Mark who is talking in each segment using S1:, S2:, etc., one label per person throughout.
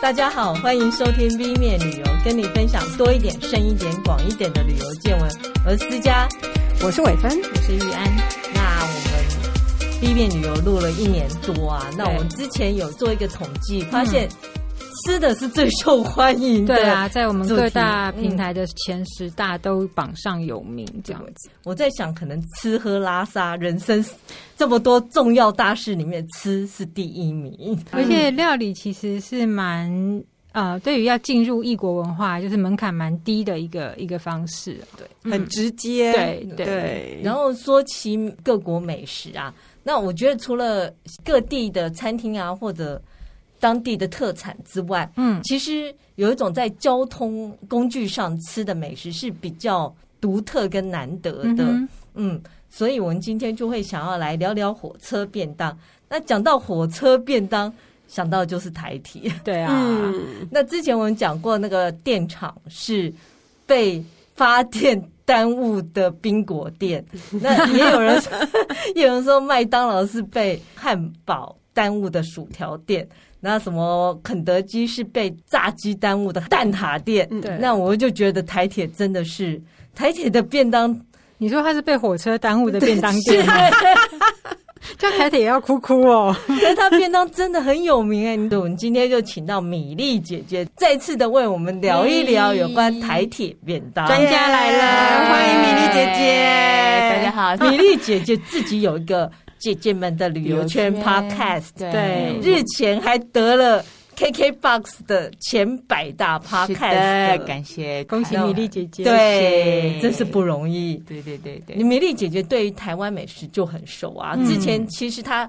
S1: 大家好，欢迎收听 V 面旅游，跟你分享多一点、深一点、广一点的旅游见闻。我是思佳，
S2: 我是伟芬，
S3: 我是玉安。
S1: 那我们 B 面旅游录了一年多啊，那我们之前有做一个统计，发现吃的是最受欢迎的。
S3: 嗯对啊，，在我们
S1: 主题
S3: 各大平台的前十大都榜上有名，这样子。
S1: 我在想，可能吃喝拉撒，人生这么多重要大事里面，吃是第一名。
S3: 而且料理其实是蛮呃，对于要进入异国文化，就是门槛蛮低的一个一个方式。对，
S4: 嗯
S2: 很直接，
S3: 对对
S2: 对，
S1: 然后说起各国美食啊，那我觉得除了各地的餐厅啊，或者当地的特产之外，
S3: 嗯，
S1: 其实有一种在交通工具上吃的美食是比较独特跟难得的。
S3: 嗯哼
S1: 嗯，所以我们今天就会想要来聊聊火车便当。那讲到火车便当，想到就是台铁。
S3: 对啊，
S2: 嗯，
S1: 那之前我们讲过，那个电厂是被发电耽误的冰果店。那也有人说， 也有人说麦当劳是被汉堡耽误的薯条店。那什么肯德基是被炸鸡耽误的蛋挞店。
S2: 嗯
S3: 对。
S1: 那我就觉得台铁真的是台铁的便当
S3: 你说他是被火车耽误的便当店吗，叫台铁也要哭哭哦。
S1: 可是他便当真的很有名哎、对，我们今天就请到米粒姐姐再次的为我们聊一聊有关台铁便当。哎
S3: 专家来了，
S2: 欢迎米粒姐
S4: 大
S2: 姐
S4: 家好，
S1: 米粒姐姐自己有一个姐姐们的旅游圈
S4: 旅游圈
S1: podcast，
S3: 对
S1: 日前还得了 KKBOX 的前百大
S4: 是的，
S1: podcast，
S4: 感 谢，
S3: 恭喜米粒姐姐。
S1: 对，
S4: 谢
S1: 真是不容易。
S4: 对对对对
S1: 你，米粒姐姐对于台湾美食就很熟啊。
S3: 嗯
S1: 之前其实她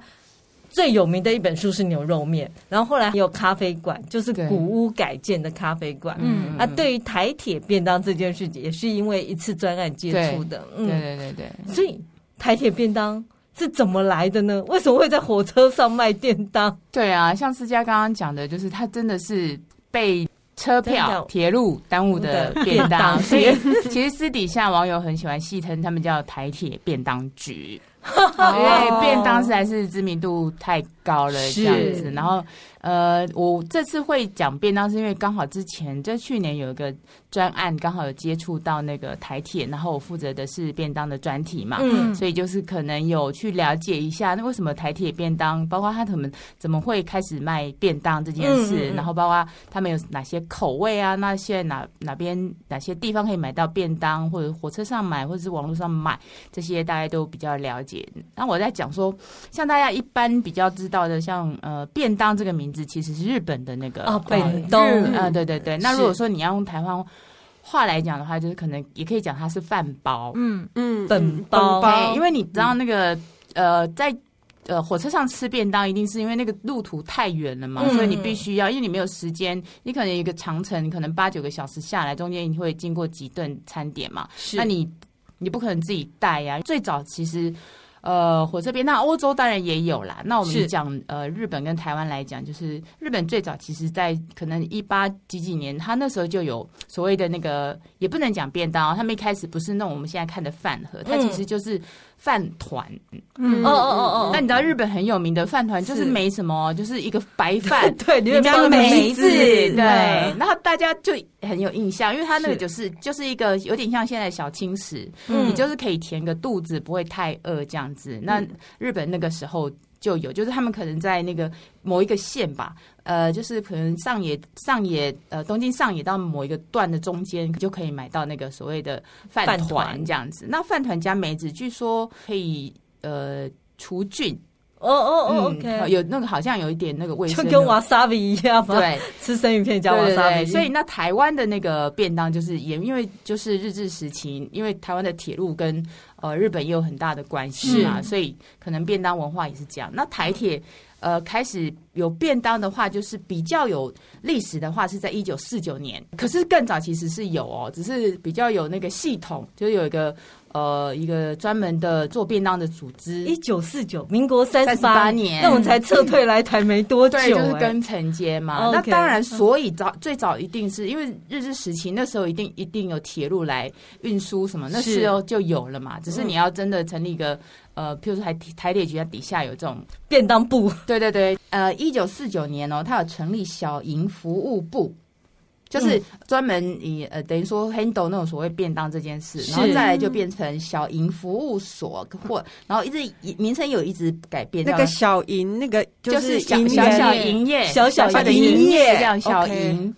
S1: 最有名的一本书是牛肉面，然后后来也有咖啡馆，就是
S4: 对
S1: 古屋改建的咖啡馆。
S3: 嗯
S1: 啊，对于台铁便当这件事情，也是因为一次专案接触的。嗯，
S4: 对对对对，
S1: 所以台铁便当是怎么来的呢？为什么会在火车上卖便当？
S4: 对啊，像思佳刚刚讲的，就是他真的是被。车
S1: 真的
S4: 票、铁路耽误的便当，所以
S1: 便
S4: 其实私底下网友很喜欢戏称他们叫台铁便当 局，因
S3: 哦
S4: 为便当实在是知名度太高了
S1: 是
S4: 这样子。然后，呃，我这次会讲便当，是因为刚好之前就去年有一个专案，刚好有接触到那个台铁，然后我负责的是便当的专题嘛，
S1: 嗯
S4: 所以就是可能有去了解一下，那为什么台铁便当，包括他们怎么会开始卖便当这件
S1: 嗯
S4: 事，
S1: 嗯嗯
S4: 然后包括他们有哪些口味啊，那现在哪哪边哪些地方可以买到便当，或者火车上买，或者是网络上买，这些大家都比较了解。那我在讲说，像大家一般比较知道的，像呃便当这个名字，其实是日本的那个
S1: 啊，
S4: 呃
S1: 本东
S2: 日
S4: 啊、对对对。那
S1: 是
S4: 如果说你要用台湾话来讲的话，就是可能也可以讲它是饭包，
S3: 嗯，
S2: 嗯
S1: 本包
S4: 对，因为你知道那个、呃，在呃火车上吃便当，一定是因为那个路途太远了嘛，
S1: 嗯
S4: 所以你必须要，因为你没有时间，你可能一个长程，可能八九个小时下来，中间你会经过几顿餐点嘛，
S1: 是
S4: 那你你不可能自己带呀、最早其实。呃，火车便当，欧洲当然也有啦。那我
S1: 是
S4: 们讲呃，日本跟台湾来讲，就是日本最早其实在可能一八几几年，他那时候就有所谓的那个，也不能讲便当哦，他们一开始不是那种我们现在看的饭盒，
S1: 嗯
S4: 它其实就是饭团。
S3: 嗯
S1: 哦哦哦哦，
S4: 那你知道日本很有名的饭团就是
S1: 是，
S4: 没什么，就是一个白饭
S1: 对，里面
S4: 人家
S1: 放
S4: 用
S1: 梅
S4: 梅
S1: 子
S4: 子，对，
S1: 嗯
S4: 然后大家就很有印象，因为它那个
S1: 是
S4: 就是就是一个有点像现在的小青食，
S1: 嗯嗯
S4: 你就是可以填个肚子，不会太饿这样子。那日本那个时候就有，就是他们可能在那个某一个县吧，呃，就是可能上野上野呃东京上野到某一个段的中间，就可以买到那个所谓的饭
S1: 饭团
S4: 团这样子。那饭团加梅子，据说可以呃除菌，
S1: 哦哦哦
S4: 嗯，好
S1: ，OK，
S4: 有那个好像有一点那个卫
S1: 就
S4: 生的，
S1: 跟 wasabi 一样嘛，
S4: 对。
S1: 吃生鱼片加
S4: 对
S1: wasabi，
S4: 对对，所以那台湾的那个便当就是也因为就是日治时期，因为台湾的铁路跟呃日本也有很大的关系嘛，所以可能便当文化也是这样。那台铁呃开始有便当的话，就是比较有历史的话是在一九四九年，可是更早其实是有哦，只是比较有那个系统，就是有一个。呃一个专门的做便当的组织
S1: 一，九四九，民国三十
S4: 38
S1: 八
S4: 年
S1: 那我们才撤退来台没多久、
S4: 对，就是
S1: 哎
S4: 跟承接嘛。
S1: OK
S4: 那当然，所以早最早一定是因为日治时期那时候一定一定有铁路来运输什么，那
S1: 是
S4: 时候就有了嘛。只是你要真的成立一个呃，譬如说台台铁局它底下有这种，
S1: 便当部
S4: 对对对，呃，一九四九年哦，它有成立小营服务部。就是专门以呃，等于说 handle 那种所谓便当这件事，
S3: 是
S4: 然后再来就变成小营服务所或，然后一直以名称有一直改变，
S2: 那
S4: 让
S2: 个小营，那个
S4: 就是是小
S2: 营
S4: 小
S2: 员
S4: 小营业，
S1: 小小
S4: 的
S2: 的营
S4: 营
S2: 业
S4: 这样小
S2: OK
S4: 营，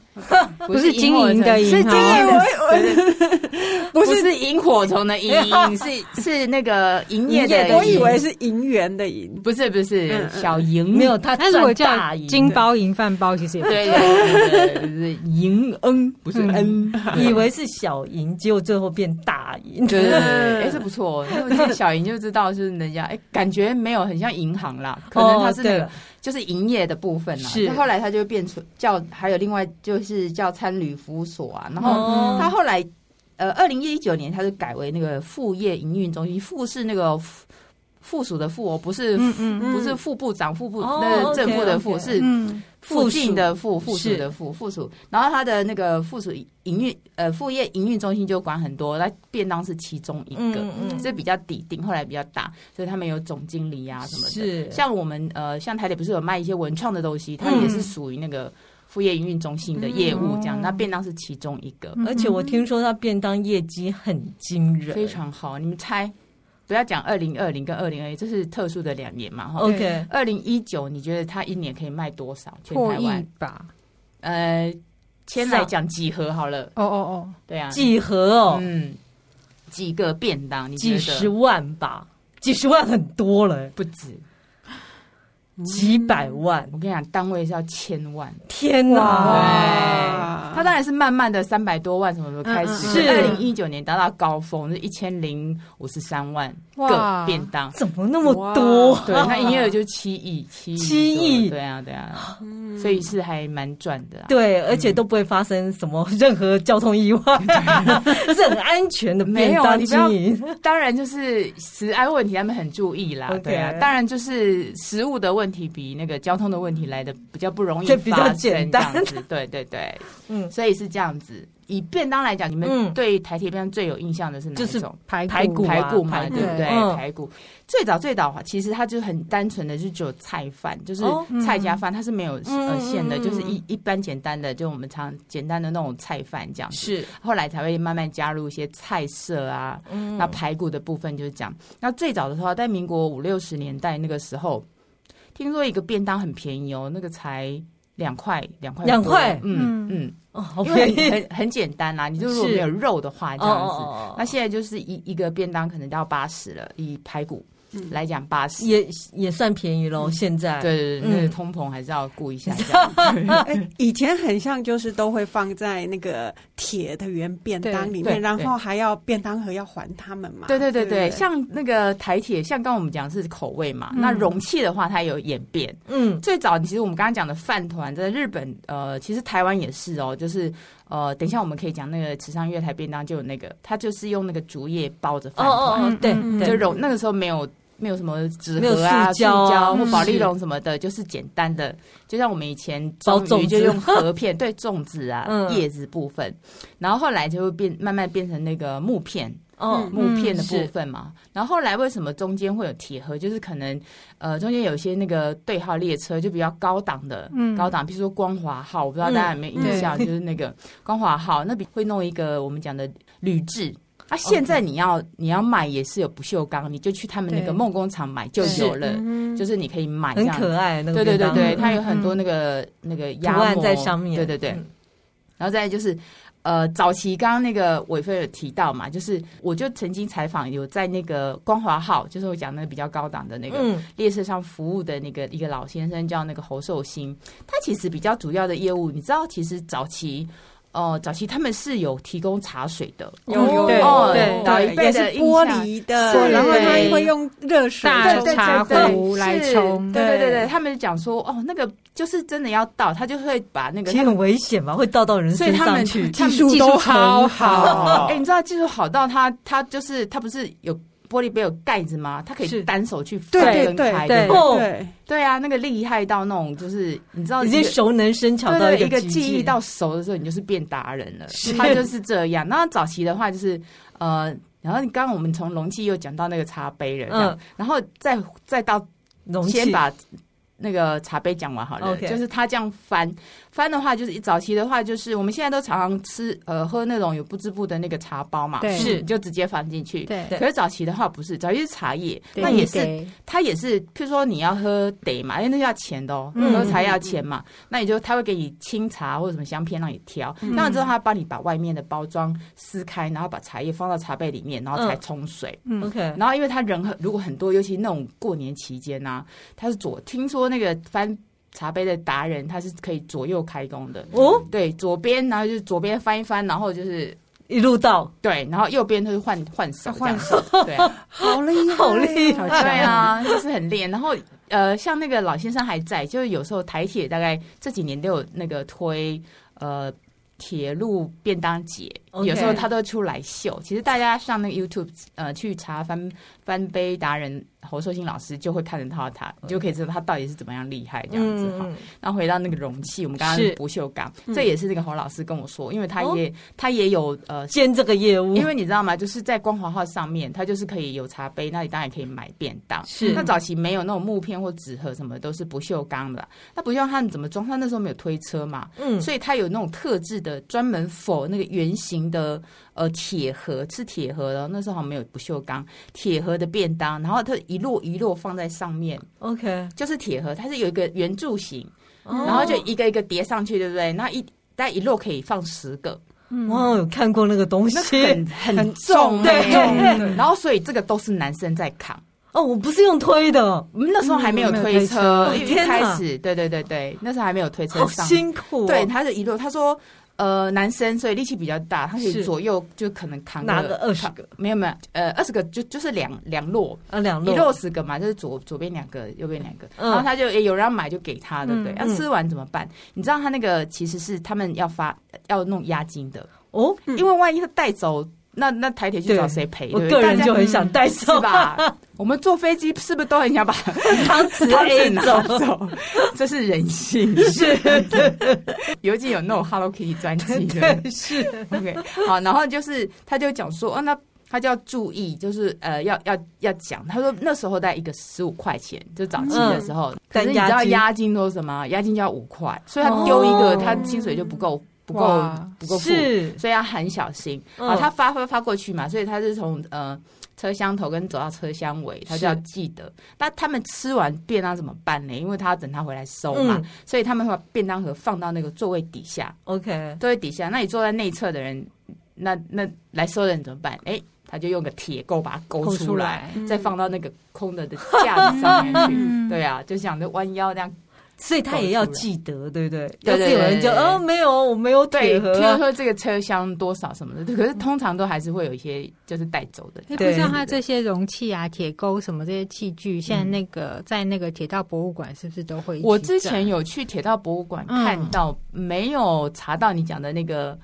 S3: 不是经营的
S4: 萤
S3: 营
S4: 火虫是
S3: 哦
S4: 经营的，对
S2: 不
S4: 不
S2: 是
S4: 是萤火虫的营，是是那个营业
S1: 营业的
S4: 的营。
S2: 我以为是银元的银，
S4: 不是不是
S2: 嗯嗯
S4: 小营，
S1: 没有，他
S3: 那如果
S1: 算
S3: 叫
S1: 啊大营
S3: 金包银饭包，其实也不
S4: 对对对对对，营恩不是恩，
S1: 以为是小营，结果最后变大营。
S4: 对对对，哎，这不错，因为这个小营就知道是人家，哎，感觉没有很像银行啦，可能它
S1: 哦
S4: 是那
S1: 对
S4: 个
S1: 了，
S4: 就是营业的部分啦。
S1: 是
S4: 就后来它就变成叫，还有另外就是叫餐旅服务所啊，然后
S1: 哦，
S4: 他后来呃，二零一九年他就改为那个副业营运中心，副是那个附附属的副哦，不是、
S3: 嗯嗯
S4: 不是副部长副部、
S1: 哦
S4: 那个
S1: OK，
S4: 正副的副
S1: OK
S4: 是
S3: 嗯，
S4: 附近的附
S1: 附
S4: 附
S1: 属
S4: 属的附附属，然后他的那个附属营运呃副业营运中心就管很多，那便当是其中一个，
S1: 嗯嗯嗯
S4: 这比较底定，后来比较大，所以他们有总经理啊什么的。
S1: 是
S4: 像我们呃，像台北不是有卖一些文创的东西，
S1: 嗯
S4: 它也是属于那个副业营运中心的业务这样，
S3: 嗯
S4: 那便当是其中一个。
S1: 而且我听说他便当业绩很惊人，
S4: 非常好，你们猜？不要讲二零二零跟二零二一，这是特殊的两年嘛哈。
S1: OK，
S4: 二零一九，你觉得它一年可以卖多少？
S3: 嗯
S4: 全
S3: 破
S4: 台
S3: 亿
S4: 湾？
S3: 吧？
S4: 呃，先来讲几盒好了。
S3: 哦哦
S4: 对啊，
S1: 几何哦，
S4: 嗯，几个便当？你觉
S1: 几
S4: 得
S1: 十万吧，几十万很多了，
S4: 不止。
S1: 几百万，
S4: 我跟你讲，单位是要千万。
S1: 天哪！
S2: 哇
S4: 它当然是慢慢的三百多万什么时候开
S1: 嗯
S4: 始？
S1: 嗯嗯
S4: 二
S1: 是
S4: 零一九年达到高峰，是一千零五十三万
S3: 哦，
S4: 个便当。
S1: 怎么那么多？
S4: 对，那营业额就七亿，七亿，
S1: 七亿
S4: 对啊，对啊，所以是还蛮赚的啊。
S1: 对，而且都不会发生什么 任何交通意外， 是很安全的
S4: 没
S1: 便
S4: 有啊
S1: 当
S4: 你不要
S1: 经营。
S4: 当然就是食安问题，他们很注意啦
S1: OK
S4: 对啊。当然就是食物的问题比那个交通的问题来的比较不容易
S1: 这
S4: 发
S1: 比较
S4: 生
S1: 简单
S4: 这样子对对对，
S1: 嗯，
S4: 所以是这样子。以便当来讲，你们
S1: 嗯
S4: 对台铁便当最有印象的是哪一
S1: 就是
S4: 种？
S3: 排
S1: 排骨
S4: 排
S1: 啊
S4: 骨嘛，
S1: 排骨
S4: 对不对？
S1: 嗯
S4: 排骨最早最早，其实它就很单纯的，就只有菜饭，就是
S1: 哦
S4: 菜加饭，它是没有呃
S1: 嗯
S4: 馅的，
S1: 嗯嗯
S4: 就是一一般简单的，就我们常简单的那种菜饭这样子。
S1: 是，
S4: 后来才会慢慢加入一些菜色啊，
S1: 嗯
S4: 那排骨的部分就是这样。那最早的时候，在民国五六十年代那个时候，听说一个便当很便宜哦，那个才两块，两块多，
S1: 两块
S4: 嗯嗯，
S1: 哦，好
S4: 因为
S1: 便
S4: 很
S1: 宜。
S4: 很很简单啊啦，你就如果
S1: 是
S4: 没有肉的话，这
S1: 哦
S4: 样
S1: 哦
S4: 子。
S1: 哦
S4: 那现在就是一一个便当可能到八十了，以排骨来讲八十、
S1: 也也算便宜喽，现在。
S4: 嗯对对对，
S1: 嗯
S4: 那个通膨还是要顾一下这样。
S2: 哎，以前很像就是都会放在那个铁的圆便当里
S4: 对对
S2: 面，然后还要便当盒要还他们嘛。
S4: 对对对
S2: 对
S4: 对，
S2: 不
S4: 像那个台铁，像刚刚我们讲的是口味嘛，那容器的话它有演变。
S1: 嗯，
S4: 最早其实我们刚刚讲的饭团，在日本呃，其实台湾也是哦，就是呃，等一下我们可以讲那个池上月台便当就有那个，它就是用那个竹叶包着
S1: 哦
S4: 饭团。
S1: 哦哦，对
S3: 嗯嗯，
S1: 对
S4: 就容那个时候没有没有什么纸
S1: 没有
S4: 盒啊、
S1: 塑胶啊
S4: 或
S3: 嗯
S4: 保丽
S1: 是
S4: 龙什么的，就是简单的，就像我们以前
S1: 包
S4: 种鱼
S1: 粽
S4: 就
S1: 子
S4: 用盒 片，对粽子啊、
S1: 嗯
S4: 叶子部分，然后后来就会变慢慢变成那个木片，
S1: 哦，
S4: 嗯木片的部
S1: 是
S4: 分嘛。然后后来为什么中间会有铁盒？就是可能呃中间有一些那个对号列车，就比较高档的，
S3: 嗯
S4: 高档，比如说光华号，我不
S1: 嗯
S4: 知道大家有没有印象，就是那个光华号 那边会弄一个我们讲的铝制。啊，现在你要你要买也是有不锈钢，你就去他们那个
S3: 对
S4: 梦工厂买就有了，
S2: 嗯
S4: 就是你可以买这
S1: 很
S4: 样。
S1: 可爱那个
S4: 对
S1: 便
S4: 对对
S1: 当
S4: 对，
S3: 嗯
S4: 它有很多那个、那个
S1: 图
S4: 压
S1: 案
S4: 模
S1: 在上面。
S4: 对对对，
S1: 嗯，
S4: 然后再来就是，呃，早期刚刚那个伟飞有提到嘛，就是我就曾经采访有在那个光华号，就是我讲那个比较高档的那个
S1: 嗯，
S4: 列车上服务的那个一个呃老先生，叫那个侯寿星。他其实比较主要的业务，你知道，其实早期。呃，早期他们是有提供茶水的，哦
S2: 有有
S3: 对
S2: 有
S4: 对老一
S2: 哦
S4: 辈
S2: 也是
S4: 的
S2: 玻
S4: 印象
S2: 璃的，
S3: 是
S2: 然后他会用热水
S3: 大
S2: 冲
S3: 抽茶壶来冲
S4: 对对对
S2: 对
S4: 对，他们就讲说哦，那个就是真的要倒，他就会把那个
S1: 其实很危险嘛，会倒到人
S4: 所以
S1: 身
S4: 他
S1: 上
S4: 们
S1: 去。
S4: 他们
S2: 技术
S4: 技
S2: 都
S4: 术
S2: 好
S4: 很
S2: 好
S4: 哎、你知道技术好到他他就是他不是有玻璃杯有盖子吗？他可以
S1: 是
S4: 单手去翻
S2: 对
S4: 跟
S2: 对
S4: 开，
S3: 对
S4: 不
S1: 哦
S2: 对，
S4: 对啊，那个厉害到那种就是你知道
S1: 已经
S4: 一个
S1: 熟能生巧
S4: 对
S1: 到
S4: 对
S1: 个
S4: 一个
S1: 极
S4: 技艺
S1: 致
S4: 到熟的时候，你就是变达人了
S1: 是。
S4: 他就是这样。那早期的话就是呃，然后你刚刚我们从容器又讲到那个茶杯了，这样，
S1: 嗯
S4: 然后再再到
S1: 容
S4: 先
S1: 器，
S4: 把那个茶杯讲完好了。
S1: OK
S4: 就是它这样翻翻的话，就是早期的话，就是我们现在都常常吃呃喝那种有不织布的那个茶包嘛，
S3: 对
S1: 是
S4: 你就直接放进去。
S3: 对
S1: 对
S4: 可是早期的话不是，早期是茶叶，
S3: 对
S4: 那也
S3: 对
S4: 是它也是，譬如说你要喝得嘛，因为那要钱的哦，
S1: 嗯
S4: 喝茶要钱嘛，那你就他会给你清茶或者什么香片让你挑，
S2: 嗯
S4: 那之后他帮你把外面的包装撕开，然后把茶叶放到茶杯里面，然后才冲水。
S3: 嗯
S1: OK，
S4: 然后因为他人很如果很多，尤其那种过年期间呐、他是左听说那个翻茶杯的达人，他是可以左右开工的。
S1: 哦，
S4: 对，左边，然后就是左边翻一翻，然后就是
S1: 一路到
S4: 对，然后右边就是换换手，
S2: 换
S4: 手，对啊，
S2: 好厉害，
S1: 好厉害
S4: 对啊，就是很练。然后呃，像那个老先生还在，就是有时候台铁大概这几年都有那个推呃铁路便当节
S1: OK
S4: 有时候他都出来秀。其实大家上那个 YouTube 呃去查翻翻杯达人侯寿星老师，就会看得到他，你就可以知道他到底是怎么样厉害这样子哈。
S1: 嗯
S4: 然后回到那个容器，我们
S1: 是
S4: 刚
S1: 嗯哦
S4: 刚不锈钢，这也是那个侯老师跟我说，因为他也、他也有呃
S1: 兼这个业务，
S4: 因为你知道吗？就是在光华号上面，它就是可以有茶杯，那你当然可以买便当。
S1: 是
S4: 那早期没有那种木片或纸盒，什么都是不锈钢的。那不锈钢它怎么装？它那时候没有推车嘛，
S1: 嗯
S4: 所以它有那种特制的专门否那个圆形的呃铁盒，是铁盒的哦。那时候好像没有不锈钢铁盒的便当，然后它一摞一摞放在上面，
S1: OK，
S4: 就是铁盒，它是有一个圆柱形，
S1: 然
S4: 然后就一个一个叠上去，对不对？那一但一摞可以放十个，
S1: 哇，有看过那个东
S4: 嗯那
S1: 西
S4: 很很
S2: 很
S4: 重
S2: 重
S4: 欸，
S1: 很重
S4: 对然后所以这个都是男生在扛。
S1: 哦，我不是用推的，
S4: 我们那时候还没有推车，
S1: 嗯没有推车
S4: 因为一
S1: 天哪
S4: 开始，对对对对，那时候还没有推车
S1: 好
S4: 上。
S1: 辛苦哦，
S4: 对，他就一路他说，呃，男生所以力气比较大，他可以
S1: 是
S4: 左右就可能扛
S1: 拿个二十个，
S4: 没有没有，呃，二十个就就是两两摞，
S1: 啊，两
S4: 一
S1: 路
S4: 摞十个嘛，就是左左边两个，右边两个，
S1: 嗯
S4: 然后他就诶有人要买就给他，对不对？
S1: 嗯
S4: 那、
S1: 嗯
S4: 吃完怎么办？你知道他那个其实是他们要发要弄押金的，
S1: 哦，
S2: 嗯
S4: 因为万一他带走，那那台铁去
S1: 对
S4: 找谁赔？
S1: 我
S4: 对不
S1: 个
S4: 对
S1: 人
S4: 大家嗯
S1: 就很想带
S4: 是
S1: 走，
S4: 吧？我们坐飞机是不是都很想把
S1: 汤匙
S4: 汤匙
S1: A
S4: 拿
S1: 走，
S4: 走？ 这是人性，
S1: 是，
S4: 尤其 有那种 Hello Kitty 专 辑的。
S1: 对，是，
S4: OK，好，然后就是他就讲说，哦，那他就要注意，就是呃，要要要讲。他说那时候大概一个十五块钱，就早期的时候。可
S1: 但
S4: 是你知道
S1: 押金
S4: 押金都是什么？押金就要五块，所以他丢一个，
S1: 哦
S4: 他薪水就不够不够
S3: 哇
S4: 不够付。
S1: 是，
S4: 所以要很小心
S1: 嗯
S4: 啊。他发发发过去嘛，所以他是从呃车厢头跟走到车厢尾，他
S1: 是
S4: 就要记得。那他们吃完便当怎么办呢？因为他要等他回来收嘛，
S1: 嗯
S4: 所以他们会把便当盒放到那个座位底下，
S1: OK，
S4: 座位底下。那你坐在内侧的人，那那来收的人怎么办？哎、他就用个铁钩把它勾
S3: 勾
S4: 出
S3: 出
S4: 来
S3: 来，
S1: 嗯
S4: 再放到那个空的的架子 上面去。
S3: 嗯
S4: 对啊，就想着弯腰这样。
S1: 所以他也要记得，对不对？
S4: 对
S1: 要
S4: 对
S1: 是有人就
S4: 对对对
S1: 哦，没有，我没有铁
S4: 对，
S1: 盒
S4: 譬如
S1: 啊，
S4: 说这个车厢多少什么的，可是通常都还是会有一些就是带走的。
S3: 因为
S1: 对
S3: 哎不像它这些容器啊、铁钩什么这些器具，现在那个在那个铁道博物馆是不是都会一起展？
S4: 我之前有去铁道博物馆
S3: 嗯
S4: 看到，没有查到你讲的那个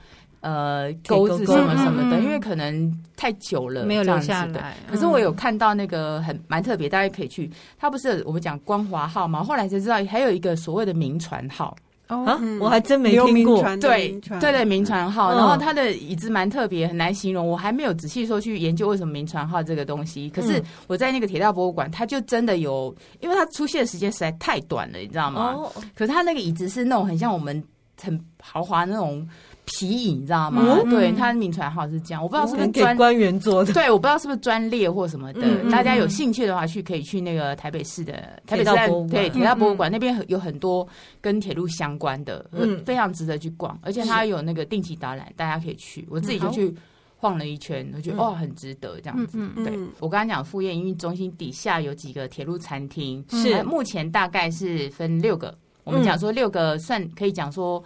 S4: 呃
S1: 铁
S4: 钩
S1: 钩
S4: 子
S1: 钩
S4: 什么什么的，
S3: 嗯嗯嗯
S4: 因为可能太久了
S3: 没有
S4: 这样
S3: 留下
S4: 子的。
S3: 来，啊嗯
S4: 可是我有看到那个很蛮特别，大家可以去。它不是有我们讲光华号嘛，后来才知道还有一个所谓的民船号，
S3: 嗯
S1: 啊
S3: 哦，
S2: 嗯
S1: 我还真没
S2: 流
S1: 听
S2: 民
S1: 过，
S2: 传的
S4: 对
S2: 民传
S4: 对对，民船号。
S1: 嗯
S4: 然后它的椅子蛮特别，很难形容。我还没有仔细说去研究为什么民船号这个东西。可是
S1: 嗯
S4: 我在那个铁道博物馆，它就真的有，因为它出现的时间实在太短了，你知道吗？
S1: 哦，
S4: 可是它那个椅子是那种很像我们很豪华那种皮椅，你知道吗？
S3: 嗯
S4: 对，
S3: 嗯
S4: 它名传号是这样，我不知道是
S1: 可
S4: 不是
S1: 能嗯给
S4: 专。
S1: 官员做的，
S4: 对，我不知道是不是专列或什么的，
S1: 嗯嗯嗯
S4: 大家有
S3: 嗯
S4: 兴趣的话去可以去那个台北市的
S1: 铁
S4: 台北
S1: 道
S4: 市站
S1: 博物馆
S4: 对铁道博物
S3: 嗯嗯
S4: 馆那边很有很多跟铁路相关的，
S1: 嗯
S4: 非常值得去逛，而且它有那个定期导览，大家可以去。我自己就
S3: 好
S4: 去晃了一圈，我觉
S1: 嗯
S4: 得哇、很值得这样子。
S3: 嗯
S2: 嗯
S4: 对
S2: 嗯
S4: 我刚刚讲副业营运中心底下有几个铁路餐厅，
S1: 是
S4: 呃目前大概是分六个。我们讲说六个算可以讲说，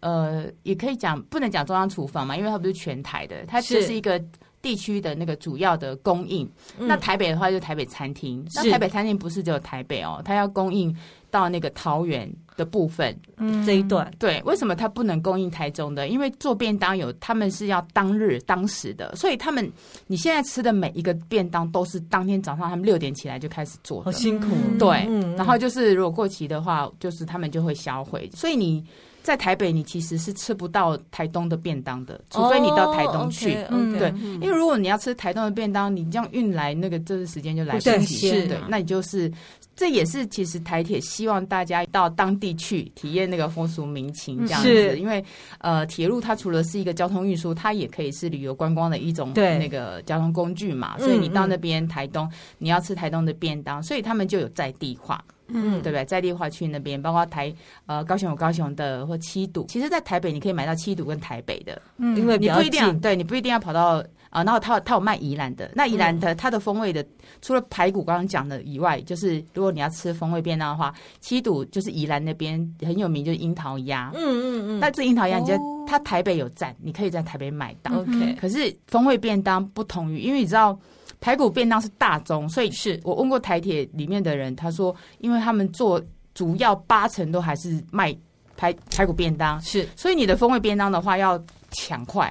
S4: 呃，也可以讲不能讲中央厨房嘛，因为它不是全台的，它
S1: 是
S4: 就是一个地区的那个主要的供应。那台北的话就是台北餐厅，
S1: 是
S4: 那台北餐厅不是只有台北哦，它要供应到那个桃园的部分。
S1: 嗯这一段
S4: 对，为什么它不能供应台中的？因为做便当有他们是要当日当时的，所以他们你现在吃的每一个便当都是当天早上他们六点起来就开始做
S1: 好
S4: 的。
S1: 辛苦哦，
S3: 嗯
S4: 对，
S1: 嗯
S4: 然后就是如果过期的话，就是他们就会销毁。所以你在台北，你其实是吃不到台东的便当的，除非你到台东去。
S1: 哦，OK，OK
S3: 嗯
S4: 对
S2: 嗯
S4: 因为如果你要吃台东的便当，你这样运来那个这时间就来
S1: 对
S4: 不及，
S1: 是
S4: 对
S3: 啊，
S4: 那你就是这也是其实台铁希望大家到当地去体验那个风俗民情这样
S1: 是
S4: 子，因为呃铁路它除了是一个交通运输，它也可以是旅游观光的一种
S1: 对
S4: 那个交通工具嘛，
S1: 嗯
S4: 所以你到那边台东，你要吃台东的便当，所以他们就有在地化。
S1: 嗯
S4: 对不对？在地化区那边，包括台呃高雄有高雄的或七堵，其实，在台北你可以买到七堵跟台北的，
S3: 嗯
S1: 因为比
S4: 你
S1: 较
S4: 不一定要
S1: 近
S4: 对，你不一定要跑到啊、然后它有它有卖宜兰的，那宜兰的、它的风味的，除了排骨刚刚讲的以外，就是如果你要吃风味便当的话，七堵就是宜兰那边很有名，就是樱桃鸭。
S1: 嗯嗯嗯
S4: 那这樱桃鸭，你就
S2: 哦
S4: 它台北有站，你可以在台北买到。
S3: 嗯
S1: ，OK，
S4: 可是风味便当不同于，因为你知道排骨便当是大宗，所以是我问过台铁里面的人，他说，因为他们做主要八成都还是卖排排骨便当，
S1: 是
S4: 所以你的风味便当的话要抢快。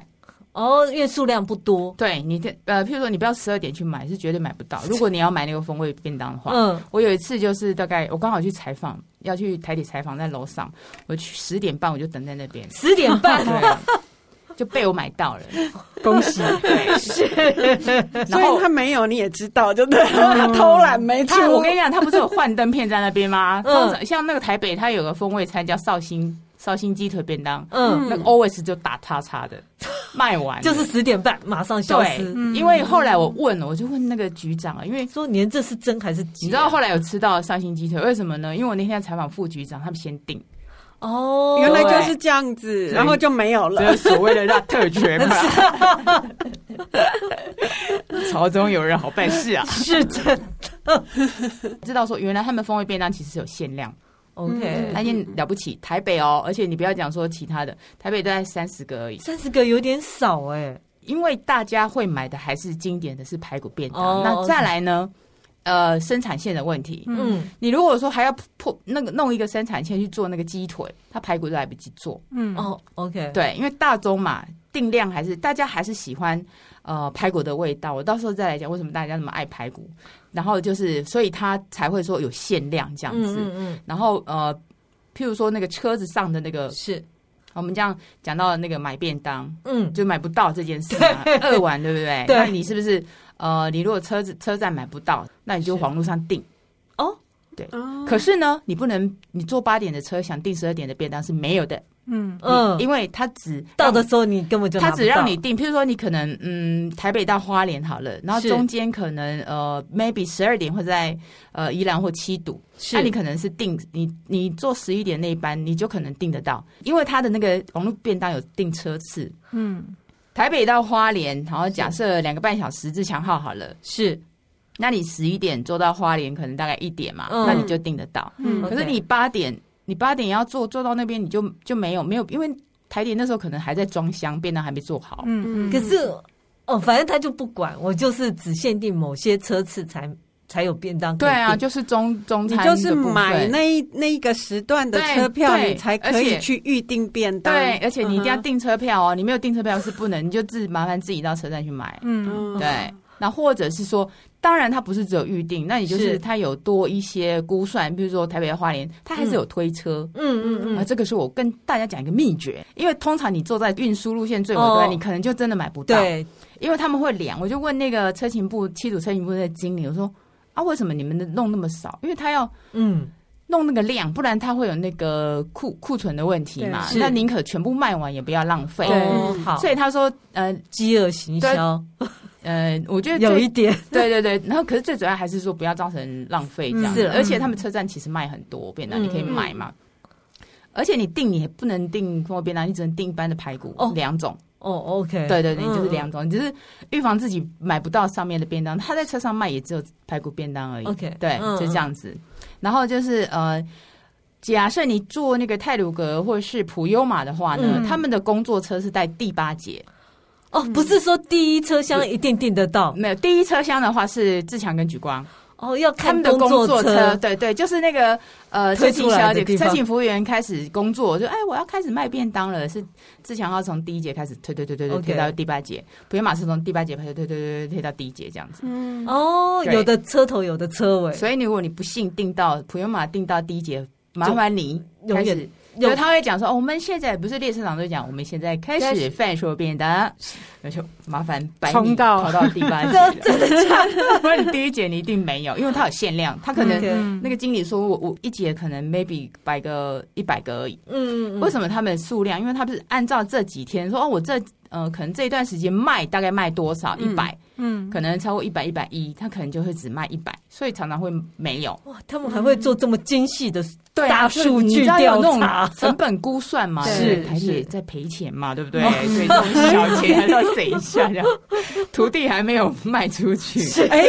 S1: 哦，因为数量不多，
S4: 对你的呃，譬如说你不要十二点去买，是绝对买不到。如果你要买那个风味便当的话，
S1: 嗯，，
S4: 我有一次就是大概我刚好去采访，要去台铁采访，在楼上，我去十点半我就等在那边
S1: 十点 半
S4: 对，就被我买到了。
S3: 恭喜，
S2: 所
S4: 然
S2: 以
S4: 后嗯
S2: 他没有，你也知道，就对，他 偷懒没出。
S4: 他，我跟你讲，他不是有幻灯片在那边吗？
S1: 嗯
S4: 通常像那个台北，它有个风味餐叫绍兴绍兴鸡腿便当，
S1: 嗯，
S4: 那个 always 就打叉叉的卖完了，
S1: 就是十点半马上消
S4: 对
S1: 失。，
S3: 嗯
S4: 因为后来我问了，我就问那个局长啊，因为。
S1: 说您这是真还是假？
S4: 你知道后来有吃到绍兴鸡腿，为什么呢？因为我那天采访副局长，他们先订，
S1: 哦，
S2: 原来就是这样子，
S4: 对
S2: 然后就没有了。
S4: 是所谓的让特权 嘛。朝中有人好办事啊！
S1: 是真
S4: 知道说原来他们风味便当其实是有限量，
S1: OK，
S3: 嗯
S4: 那件了不起，台北哦，而且你不要讲说其他的，台北大概三十个而已，
S1: 三十个有点少哎，
S4: 因为大家会买的还是经典的是排骨便当。
S1: 哦
S4: 那再来呢，呃，生产线的问题，
S1: 嗯，
S4: 你如果说还要破那个弄一个生产线去做那个鸡腿，它排骨都来不及做，
S3: 嗯，
S1: 哦，OK，
S4: 对，因为大宗嘛，定量还是大家还是喜欢呃排骨的味道。我到时候再来讲为什么大家那么爱排骨，然后就是所以它才会说有限量这样
S1: 嗯
S4: 子。
S1: 嗯
S4: 然后呃，譬如说那个车子上的那个
S1: 嗯，，是，
S4: 我们这样讲到那个买便当
S1: 嗯，
S4: 就买不到这件事嘛，二碗对不 对？
S1: 对
S4: 那你是不是呃，你如果车子车站买不到，那你就是网络上订。
S2: 哦
S4: 可是呢，你不能你坐八点的车想订十二点的便当是没有的，
S3: 嗯
S1: 嗯
S4: 你因为它只
S1: 到的时候你根本就
S4: 他
S1: 拿不
S4: 只让
S1: 到
S4: 你定，譬如说你可能嗯台北到花莲好了，然后
S1: 是
S4: 中间可能呃 maybe 十二点会在呃宜兰或七堵，那
S1: 是
S4: 啊你可能是定你你坐十一点那一班，你就可能订得到，因为他的那个网络便当有订车次，
S3: 嗯
S4: 台北到花莲，然后假设两个半小时自强号好了，
S1: 是，
S4: 那你十一点坐到花莲可能大概一点嘛，
S1: 嗯
S4: 那你就订得到。
S1: OK
S3: 嗯，
S4: 可是你八点，你八点要坐坐到那边，你就就没有没有，因为台铁那时候可能还在装箱，便当还没做好。
S3: 嗯
S1: 可是哦，反正他就不管，我就是只限定某些车次才才有便当可
S4: 对
S1: 以
S4: 啊，
S1: 订，
S4: 就是中中
S2: 你
S4: 餐的
S2: 就
S4: 部分，
S2: 是买那一那一个时段的车票，
S4: 对对
S2: 你才可
S4: 而
S2: 以
S4: 且
S2: 去预定便当。
S4: 对，而且你一定要
S2: 嗯哼
S4: 订车票哦，你没有订车票是不能，你就自麻烦自己到车站去买。
S3: 嗯
S4: 对，那或者是说，当然它不是只有预定，那你就是是它有多一些估算，比如说台北的花莲，它还是有推车。
S1: 嗯嗯
S4: 啊，
S1: 嗯，
S4: 这个是我跟大家讲一个秘诀，因为通常你坐在运输路线最尾端，
S1: 哦
S4: 你可能就真的买不到。
S1: 对，
S4: 因为他们会量，我就问那个车勤部七组车勤部的经理，我说啊，为什么你们的弄那么少？因为他要
S1: 嗯
S4: 弄那个量，不然他会有那个库库存的问题嘛
S1: 对。是
S4: 那宁可全部卖完，也不要浪费。
S1: 哦好，
S4: 所以他说，呃
S1: 饥饿行
S4: 对
S1: 销
S4: 呃，我觉得
S1: 有
S4: 最
S1: 一点
S4: 对对对，然后可是最主要还是说不要造成浪费这样
S1: 是
S4: 子，
S1: 啊
S4: 而且他们车站其实卖很多便当，
S1: 嗯
S4: 你可以买嘛。而且你订你也不能订空锅便当，你只能订一般的排骨
S1: 哦
S4: 两种。
S1: 哦，OK，
S4: 对对对，
S1: 嗯
S4: 就是两种，只是预防自己买不到上面的便当，他在车上卖也只有排骨便当而已。
S1: OK，
S4: 对，
S1: 嗯
S4: 就这样子。然后就是呃，假设你坐那个泰鲁格或者是普悠玛的话呢，
S3: 嗯
S4: 他们的工作车是在第八节，
S1: 哦，不是说第一车厢一定订得到
S4: 没有第一车厢的话是志强跟举光，
S1: 哦，要
S4: 他
S1: 看
S4: 们的工
S1: 作
S4: 作车，对对，就是那个呃，车
S1: 推
S4: 勤
S1: 出来
S4: 小
S1: 的
S4: 姐、
S1: 地
S4: 车
S1: 方
S4: 勤服务员开始工作，就哎，我要开始卖便当了。是志强要从第一节开始推推推推推
S1: OK
S4: 推到第八节，普悠玛是从第八节开始推推推推推到第一节这样子。
S2: 嗯，
S1: 哦，
S4: 对
S1: 有的车头有的车尾，
S4: 所以如果你不幸订到普悠玛订到第一节，麻烦你
S1: 就
S4: 开
S1: 永
S4: 始
S1: 远。
S4: 就
S1: 有
S4: 他会讲说、哦，我们现在不是列车长都讲，我们现在开
S1: 开
S4: 始
S1: 始
S4: 贩售便当，那就麻烦百米
S3: 冲到
S4: 跑到第八 节，真的假的？不然你第一节你一定没有，因为它有限量，它可 能
S1: OK
S3: 个
S4: 那个经理说我我一节可能 maybe 摆个一百个而已。
S1: 嗯，嗯
S4: 为
S1: 嗯，
S4: 什么他们数量？因为他们是按照这几天说哦，我这呃可能这一段时间卖大概卖多少一
S2: 嗯
S4: 百、
S3: 嗯，
S4: 可能超过一百一百一，他可能就会只卖一百，所以常常会没有。
S1: 哇，他们还会做这么精细的
S4: 对啊
S1: 大数据调 查，
S4: 成本估 算嘛，
S2: 是
S4: 对台铁
S1: 是嗯
S4: 在赔钱嘛，对不对？所以这种小钱还是要省一下，这样土地还没有卖出去。哎，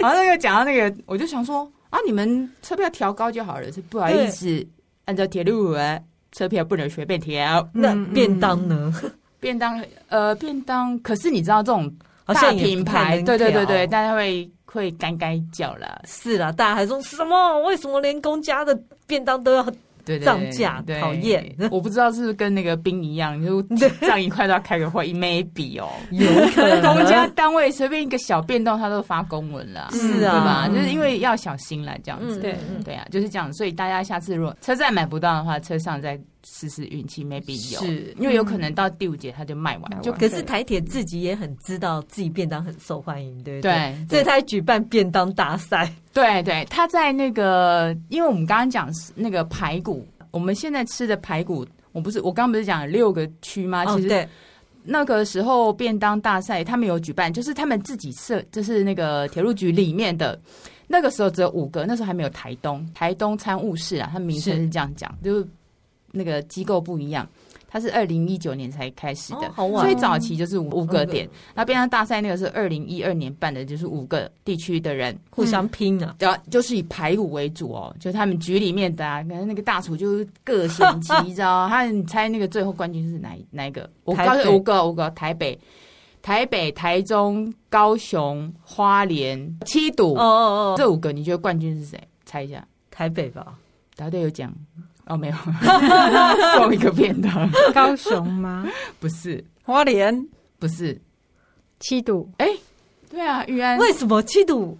S4: 然后那个讲到那个，我就想说啊，你们车票调高就好了，是不好意思，按照铁路文，车票不能随便调。
S1: 那
S3: 嗯
S1: 便当呢？
S4: 便当呃，便当，可是你知道这种
S1: 好
S4: 大
S1: 像也
S4: 品
S1: 不太
S4: 牌，
S1: 能
S4: 对对对
S1: 调
S4: 对，大家会会干干叫啦，
S1: 是啦，大家还说什么？为什么连公家的便当 都要？
S4: 对对
S1: 涨价
S4: 对
S1: 讨厌
S4: 我不知道是不是跟那个冰一样，就涨一块都要开个 会，maybe 哦。
S1: 有可能啊
S4: 公家单位随便一个小变动，他都发公文了，
S1: 是
S4: 对吧
S1: 啊？
S3: 嗯
S4: 就是因为要小心了，这样
S1: 嗯
S4: 子。
S3: 对
S1: 嗯
S4: 对啊，就是这样。所以大家下次如果车站买不到的话，车上再试试运气，maybe 有，
S3: 是
S4: 因为有可
S1: 嗯
S4: 能到第五节他就卖完，
S3: 卖完
S4: 就
S1: 可是台铁自己也很知道自己便当很受欢迎，对不对？
S4: 对，
S1: 所以他还举办便当大赛，
S4: 对对，他在那个，因为我们刚刚讲是那个排骨，我们现在吃的排骨，我不是我刚刚不是讲六个区吗？
S1: 哦
S4: 啊其，实嗯
S1: 对，
S4: 那个时候便当大赛他们有举办，就是他们自己设，就是那个铁路局里面的。那个时候只有五个，那时候还没有台东，台东参务室啊，它名称
S1: 是
S4: 是这样讲，就是那个机构不一样，它是二零一九年才开始的，
S1: 哦好晚
S4: 所以早期就是五五个
S1: 五个
S4: 点。那便当大赛那个是二零一二年办的，就是五个地区的人
S1: 互相拼啊，
S4: 然后就是以排骨为主哦，就他们局里面的啊，可能那个大厨就是各显其 招。他你猜那个最后冠军是哪一哪一个？我
S1: 台
S4: 告
S1: 北
S4: 诉五个五个台北、台北、台中、高雄、花莲、七堵、
S1: 哦哦哦，
S4: 这五个，你觉得冠军是谁？猜一下，
S1: 台北吧，
S4: 答对有奖 哦，没有送一个便当，
S3: 高雄吗？
S4: 不是
S2: 花莲
S4: 不是，
S3: 七度
S4: 对啊，玉安
S1: 为什么七堵？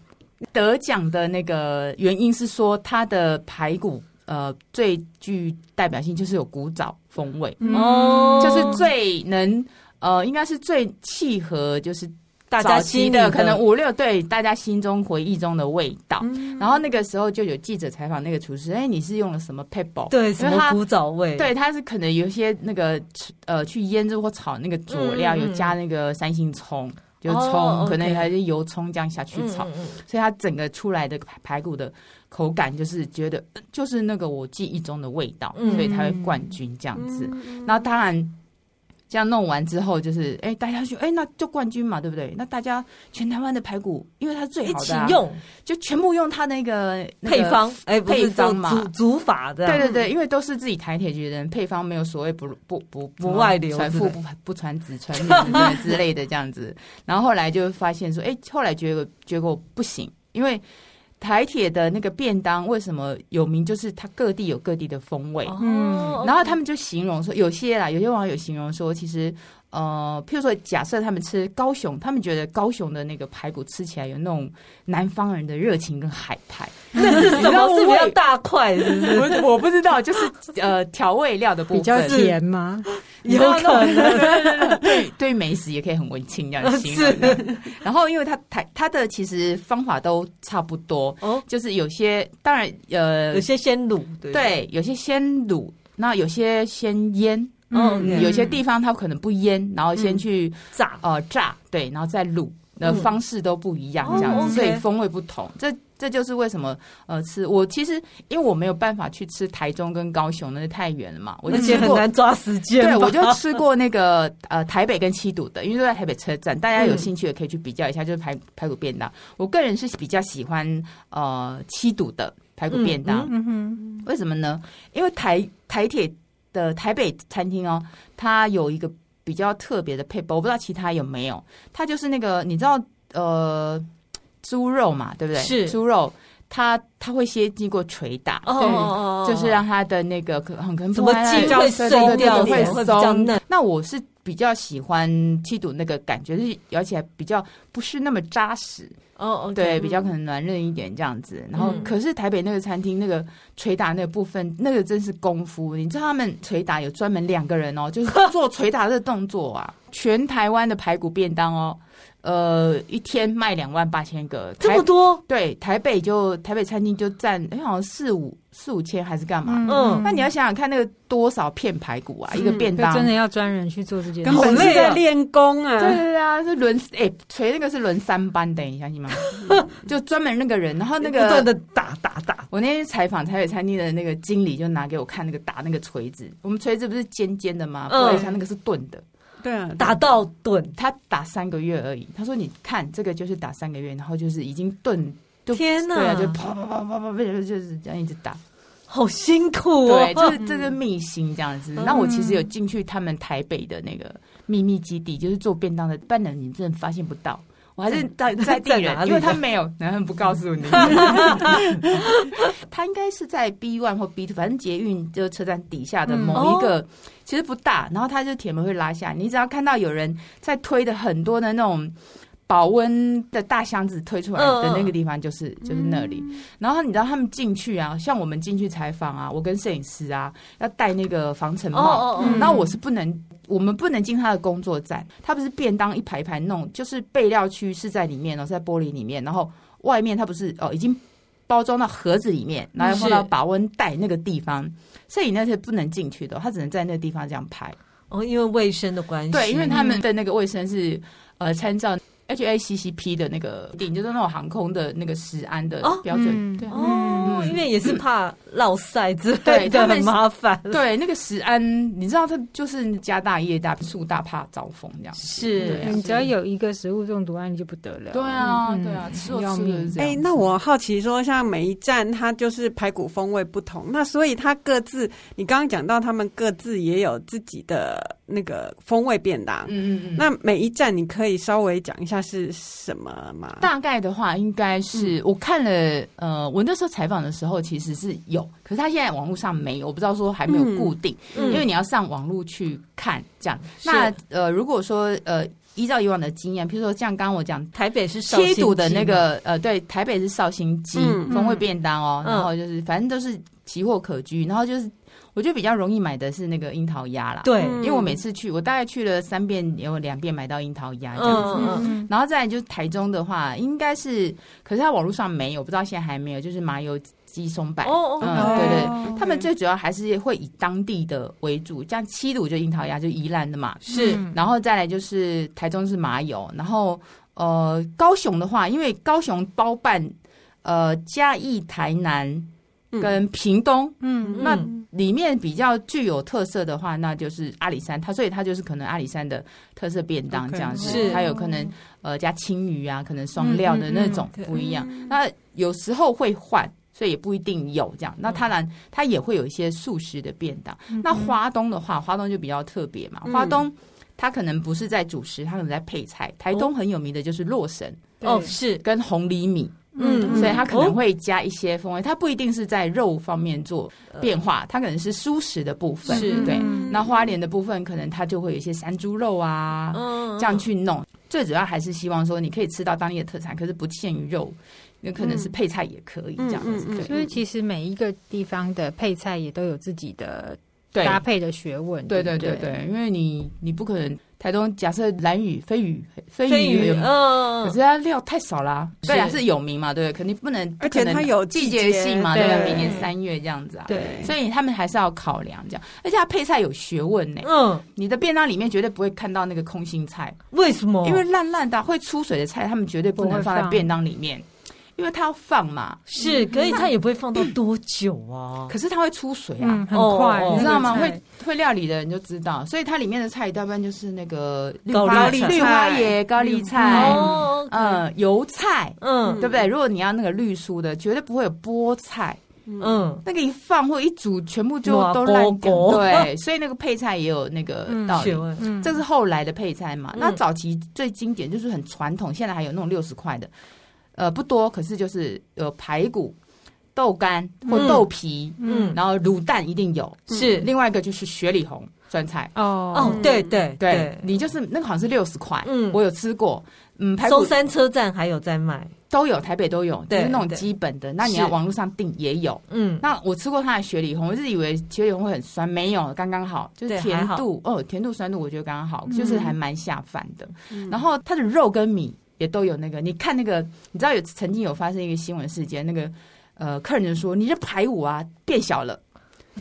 S4: 得奖的那个原因是说它的排骨呃最具代表性就是有古早风味，
S3: 嗯
S1: 哦
S4: 就是最能呃应该是最契合就是
S1: 大
S4: 早
S1: 家
S4: 期
S1: 心里
S4: 的可能五六对大家心中回忆中的味道。
S1: 嗯
S4: 然后那个时候就有记者采访那个厨师，哎，你是用了什么 pebble？
S1: 对
S4: 因
S1: 什
S4: 为
S1: 么
S4: 他
S1: 古早味，
S4: 对，它是可能有一些那个呃去腌制或炒那个佐
S1: 嗯
S4: 料，
S1: 嗯嗯
S4: 有加那个三星葱，就是葱，
S1: 哦
S4: 可能
S1: OK
S4: 还是油葱这样下去
S1: 嗯，
S4: 炒。
S1: 嗯嗯
S4: 所以它整个出来的排排骨的口感，就是觉得呃就是那个我记忆中的味道，
S1: 嗯
S4: 所以才会冠军这
S2: 嗯
S4: 样子。那当然。这样弄完之后，就是哎、大家就哎、那就冠军嘛，对不对？那大家全台湾的排骨，因为它是最
S1: 一
S4: 好
S1: 起
S4: 的、啊，
S1: 用
S4: 就全部用它那个、那个
S1: 配方，啊哎，不
S4: 配
S1: 是
S4: 方
S1: 叫
S4: 嘛
S1: 煮煮法这
S4: 对
S1: 样，
S4: 对对，因为都是自己台铁局的人，配方没有所谓不不不
S1: 不外流
S4: 传
S1: 之
S4: 父
S1: 类
S4: 不不传子传女对之类的这样子。然后后来就发现说，哎，后来结果结果不行，因为台铁的那个便当为什么有名，就是它各地有各地的风味。
S1: 哦，
S4: 嗯然后他们就形容说，有些啦，有些网友形容说，其实，呃，譬如说，假设他们吃高雄，他们觉得高雄的那个排骨吃起来有那种南方人的热情跟海 派，
S1: 那是
S4: 你
S1: 什
S4: 知道
S1: 么？是比较
S4: 味
S1: 大块，是不是？
S4: 我我不知道，就是呃调味料的部
S3: 比
S4: 分，
S3: 较甜吗？
S4: 你知道
S1: 有可
S4: 那种对对美食也可以 很文青这样形容的。然后因为它它它的其实方法都差不多，
S1: 哦，
S4: 就是有些当然呃
S1: 有些先卤，对不对，
S4: 对有些先卤，那有些先腌。
S1: 嗯
S4: 嗯，
S1: 对
S4: 有些地方它可能不腌，然后先去、
S1: 炸
S4: 呃炸，对，然后再卤的
S1: 嗯
S4: 方式都不一样，
S1: 哦
S4: 这样子，所以
S1: OK
S4: 风味不同。这这就是为什么呃吃我其实因为我没有办法去吃台中跟高雄，那是太远了嘛，我就
S1: 而
S4: 吃
S1: 且嗯很
S4: 过
S1: 难抓时间吧。哦
S4: 对，我就吃过那个呃台北跟七堵的，因为都在台北车站，大家有兴趣也可以去比较一下，就是排排骨便当。我个人是比较喜欢呃七堵的排骨便当，
S3: 嗯哼，
S4: 为什么呢？因为台台铁的台北餐厅哦，它有一个比较特别的配包，我不知道其他有没有。它就是那个你知道呃猪肉嘛，对不对？
S1: 是
S4: 猪肉，它它会先经过捶打。
S1: 哦哦，哦
S4: 就是让它的那个可很可能
S1: 什么
S4: 它
S1: 筋
S4: 比较
S1: 会
S4: 松
S1: 碎
S4: 对对
S1: 掉
S4: 对
S1: 会
S4: 会
S1: 比较
S4: 松
S1: 嫩。
S4: 那我是比较喜欢七堵那个感觉，就是而且比较不是那么扎实，
S1: 哦哦，
S4: 对，比较可能软嫩一点这样子。然后
S1: 嗯
S4: 可是台北那个餐厅那个捶打那个部分，那个真是功夫。你知道他们捶打有专门两个人哦，就是 做捶打这个动作啊。全台湾的排骨便当哦，呃，一天卖两万八千个，
S1: 这
S4: 台
S1: 么多，
S4: 对，台北就台北餐厅就占，哎，好像四五四五千还是干嘛？
S1: 嗯
S4: 那你要想想看，那个多少片排骨啊，一个便
S3: 对
S4: 当。
S3: 真的要专人去做这件
S2: 根
S3: 事。
S2: 本
S1: 好累
S2: 是
S1: 啊
S2: 在练功啊！
S4: 对对对啊，是轮哎、锤那个是轮三班的，你相 信吗？就专门那个人，然后那
S1: 不断
S4: 个
S1: 的打打打，
S4: 我那天采访台北餐厅的那个经理就拿给我看那个打那个锤子，我们锤子不是尖尖的吗？
S1: 嗯
S4: 不是，他那个是钝的，
S2: 对啊，
S1: 打到钝，
S4: 他打三个月而已。他说你看这个就是打三个月，然后就是已经钝，就
S1: 天哪
S4: 对啊，就啪啪啪啪啪啪，就是这样一直打。
S1: 好辛苦
S4: 对，
S1: 哦。
S4: 就是这个秘辛这样子。
S1: 嗯
S4: 那我其实有进去他们台北的那个秘密基地，就是做便当的，半人你真的发现不到。我还是在在地
S1: 在哪
S4: 人，
S1: 里啊
S4: 因为他没有，然后不告诉 你。他应该是在 B one 或 B two，反正捷运就是车站底下的某一个，其实不大。然后他就铁门会拉下，你只要看到有人在推的很多的那种保温的大箱子推出来的那个地方，就是、就是那里。然后你知道他们进去啊，像我们进去采访啊，我跟摄影师啊要戴那个防尘
S1: 哦
S4: 帽，
S1: 哦
S3: 嗯
S1: 哦，
S4: 然后我是不能，我们不能进他的工作站，他不是便当一排一排弄，就是备料区是在里面哦，是在玻璃里面，然后外面它不是哦已经包装到盒子里面，然后要放到
S1: 是
S4: 保温袋那个地方，摄影那是不能进去的哦，他只能在那个地方这样拍。
S1: 哦，因为卫生的关系，
S4: 对，因为他们的那个卫生是呃参照 HACCP 的那个顶，就是那种航空的那个食安的
S1: 哦
S4: 标准。
S3: 嗯
S4: 对
S1: 哦，
S4: 嗯
S1: 因为也是怕落晒之类
S4: 对
S1: 的，
S4: 他们
S1: 很麻烦。
S4: 对，那个食安，你知道他就是家大业大，树大怕招风这样。对
S1: 是
S4: 啊
S3: 你只要有一个食物中毒案，你就不得了。
S4: 对啊，
S3: 嗯
S4: 对啊，吃肉
S3: 要
S4: 吃的
S3: 命
S4: 是这
S2: 哎、
S4: 样子。
S2: 那我好奇说，像每一站它就是排骨风味不同，那所以它各自，你刚刚讲到他们各自也有自己的那个风味便当。
S4: 嗯嗯嗯，
S2: 那每一站你可以稍微讲一下是什么吗？
S4: 大概的话应该是我看了，呃，我那时候采访的时候其实是有，可是他现在网络上没有，我不知道说还没有固定，
S1: 嗯
S4: 因为你要上网络去看这样。
S1: 是
S4: 那呃，如果说呃。依照以往的经验，譬如说像刚刚我讲
S1: 台北是绍兴
S4: 七堵的
S1: 鸡
S4: 那
S1: 嘛，
S4: 个呃，对，台北是绍兴鸡、
S2: 嗯
S4: 风味便当哦，
S1: 嗯
S4: 然后就是反正都是奇货可居，然后就是我觉得比较容易买的是那个樱桃鸭啦，，
S1: 对，
S2: 嗯
S4: 因为我每次去，我大概去了三遍，有两遍买到樱桃鸭这样子。
S1: 嗯嗯
S3: 嗯，
S4: 然后再来就是台中的话，应该是，可是它网络上没有，不知道现在还没有，就是麻油鸡松柏，
S1: 哦哦
S4: 嗯，
S1: 哦
S4: 对对
S2: 哦
S4: 他们最主要还是会以当地的为主，像七堵就樱桃鸭就宜兰的嘛，
S1: 是
S3: 嗯
S4: 然后再来就是台中是麻油，然后呃高雄的话，因为高雄包办呃嘉义、台南跟屏东。
S3: 嗯
S4: 那
S1: 嗯
S4: 里面比较具有特色的话，那就是阿里山，它所以它就是可能阿里山的特色便当
S2: OK
S4: 这样子
S1: 是
S4: 还有可能呃加青鱼啊，可能双料的
S3: 嗯嗯嗯
S4: 那种
S1: 对
S4: 不一样。
S3: 嗯
S4: 那有时候会换，所以也不一定有这样。
S3: 嗯
S4: 那当然，它也会有一些素食的便当。那花东的话，花东就比较特别嘛，
S2: 嗯
S4: 花东。它可能不是在主食，它可能在配菜。台东很有名的就是洛神
S1: 哦是，
S4: 跟红厘米，
S1: 嗯
S4: 所以它可能
S1: 哦
S4: 会加一些风味，它不一定是在肉方面做变化，它可能是蔬食的部分。
S1: 呃是
S4: 对。
S3: 嗯
S4: 那花莲的部分，可能它就会有一些山猪肉啊，
S1: 嗯
S4: 这样去弄。最主要还是希望说，你可以吃到当地的特产，可是不限于肉，那可能是配菜也可以这样子。
S2: 嗯嗯嗯
S4: 对
S3: 所以其实每一个地方的配菜也都有自己的
S4: 对
S3: 搭配的学问。
S4: 对
S3: 对
S4: 对
S3: 不
S4: 对对，因为你你不可能台东假设蓝雨、飞雨、飞
S1: 飞
S4: 雨
S1: 鱼，
S4: 有，
S1: 嗯，
S4: 可是它料太少啦。
S1: 是
S4: 对啊，是有名嘛，对不对？肯定不能，
S2: 而且
S4: 不可
S2: 它
S4: 能
S2: 有
S4: 季
S2: 节
S4: 节性嘛，对不对？
S3: 对
S4: 明年三月这样子啊。
S3: 对
S4: 所以他们还是要考量这样，而且它配菜有学问呢、
S1: 嗯，
S4: 你的便当里面绝对不会看到那个空心菜，
S1: 为什么？
S4: 啊因为烂烂的会出水的菜，他们绝对不能放在便当里面。因为它要放嘛，
S1: 是，可以它也不会放到多久啊。
S4: 可是它会出水啊。
S3: 嗯，很
S1: 哦
S3: 快，
S1: 哦
S4: 你知道吗？
S3: 那个
S4: 会
S3: 菜
S4: 会料理的人就知道，所以它里面的菜大半就是那个绿
S1: 高
S4: 花
S1: 丽
S4: 绿
S1: 菜
S4: 花椰、高丽菜，
S1: 哦，
S4: 呃，油菜，
S1: 嗯
S4: 对不对？如果你要那个绿蔬的，绝对不会有菠菜，
S1: 嗯，
S4: 那个一放或一煮，全部就
S1: 哇
S4: 都烂
S1: 锅
S4: 掉。
S1: 锅
S4: 对，所以那个配菜也有那个
S3: 嗯
S4: 道理
S1: 学。问，
S3: 嗯，
S4: 这是后来的配菜嘛？
S1: 嗯
S4: 那早期最经典就是很传统，现在还有那种六十块的，呃，不多，可是就是有排骨、豆干或
S1: 嗯
S4: 豆皮，
S1: 嗯，
S4: 然后卤蛋一定有。
S1: 是
S4: 另外一个就是雪里红酸菜，
S3: 哦
S1: 哦，对对
S4: 对你就是那个好像是六十块，
S1: 嗯
S4: 我有吃过，嗯，排
S1: 松
S4: 骨
S1: 山车站还有在卖，
S4: 都有，台北都有，就
S1: 对
S4: 是那种
S1: 对
S4: 基本的。那你要
S1: 是
S4: 网络上订也有。
S1: 嗯，
S4: 那我吃过它的雪里红，我一直以为雪里红会很酸，没有，刚刚好，就
S1: 对
S4: 是
S1: 还
S4: 甜
S1: 好
S4: 度哦，甜度酸度我觉得刚刚好，
S3: 嗯
S4: 就是还蛮下饭的。
S2: 嗯
S1: 嗯
S4: 然后它的肉跟米也都有那个，你看那个，你知道有曾经有发生一个新闻事件，那个呃客人就说你这排骨啊变小了。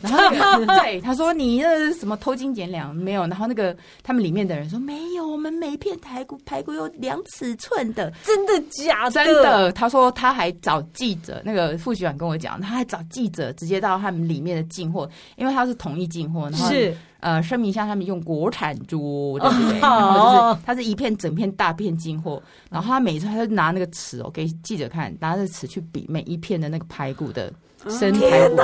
S4: 然后那个对他说：“你那什么偷斤减两没有？”然后那个他们里面的人说：“没有，我们每片排骨排骨有量尺寸的。”
S1: 啊真的假的？
S4: 真的，他说他还找记者，那个副局长跟我讲，他还找记者直接到他们里面的进货，因为他是统一进货，然后
S1: 是
S4: 呃声明一下他们用国产 猪，对不对？
S1: 哦
S4: 然后就是它是一片整片大片进货，然后他每次他就拿那个尺哦给记者看，拿着尺去比每一片的那个排骨的生排骨、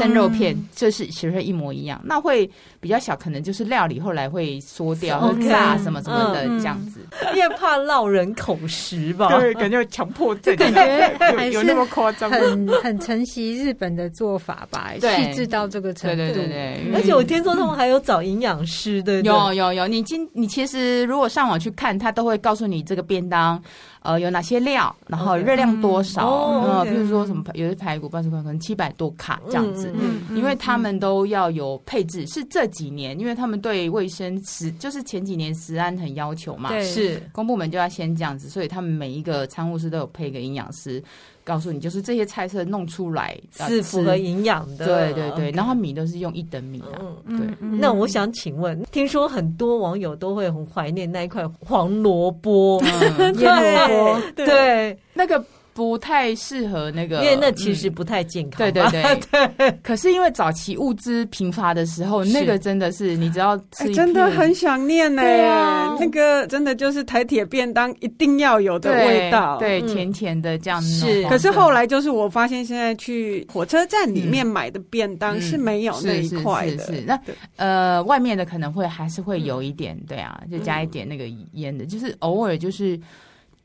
S4: 生肉片，就是其实一模一样。那会比较小，可能就是料理后来会缩掉、
S1: OK
S4: 或炸什么什么的
S3: 嗯
S4: 这样子。
S1: 因为怕落人口实吧？
S4: 感觉有强迫症
S3: 感觉还是
S4: 夸张
S3: 很很承袭日本的做法吧，
S4: 对
S3: 细致到这个程
S4: 对
S3: 度。
S4: 对对对，
S1: 而且我听说他们还有找营养师的，对不对
S4: 有有有，你今你其实如果上网去看，它都会告诉你这个便当，呃，有哪些料，然后
S1: OK
S4: 热量多
S1: 嗯
S4: 少，
S1: 哦
S4: 呃，
S1: ，OK
S4: 比如说什么排有的排骨八十块，可能七百多卡这样子。
S1: 嗯
S3: 嗯，
S4: 因为他们都要有配置，是这几年，因为他们对卫生食，就是前几年食安很要求嘛，
S3: 对
S1: 是
S4: 公部门就要先这样子，所以他们每一个仓务师都有配一个营养师，告诉你就是这些菜色弄出来呃
S1: 是符合
S4: 吃
S1: 营养的，
S4: 对对对，然后米都是用一等米的、
S1: 嗯。
S3: 嗯
S4: 对
S3: 嗯
S1: 那我想请问，听说很多网友都会很怀念那一块黄萝卜，
S4: 嗯
S3: 腌萝卜
S1: 对对，
S4: 那个不太适合那个，
S1: 因为那其实
S4: 嗯
S1: 不太健康
S4: 对
S1: 嘛。
S4: 对对 可是因为早期物资贫乏的时候，
S1: 是
S4: 那个真的是你只要吃
S2: 哎，
S4: 一片
S2: 真的很想念呢、
S4: 对啊
S2: 那个真的就是台铁便当一定要有的
S4: 对
S2: 味道。
S4: 对，
S1: 嗯
S4: 甜甜的这样弄
S1: 是
S4: 黄色
S2: 可是后来就是我发现，现在去火车站里面买的便当
S4: 嗯
S2: 是没有那一块
S4: 是
S2: 的。
S4: 是是那
S2: 对
S4: 呃，外面的可能会还是会有一点，对啊，
S1: 嗯
S4: 就加一点那个腌的，就是偶尔就是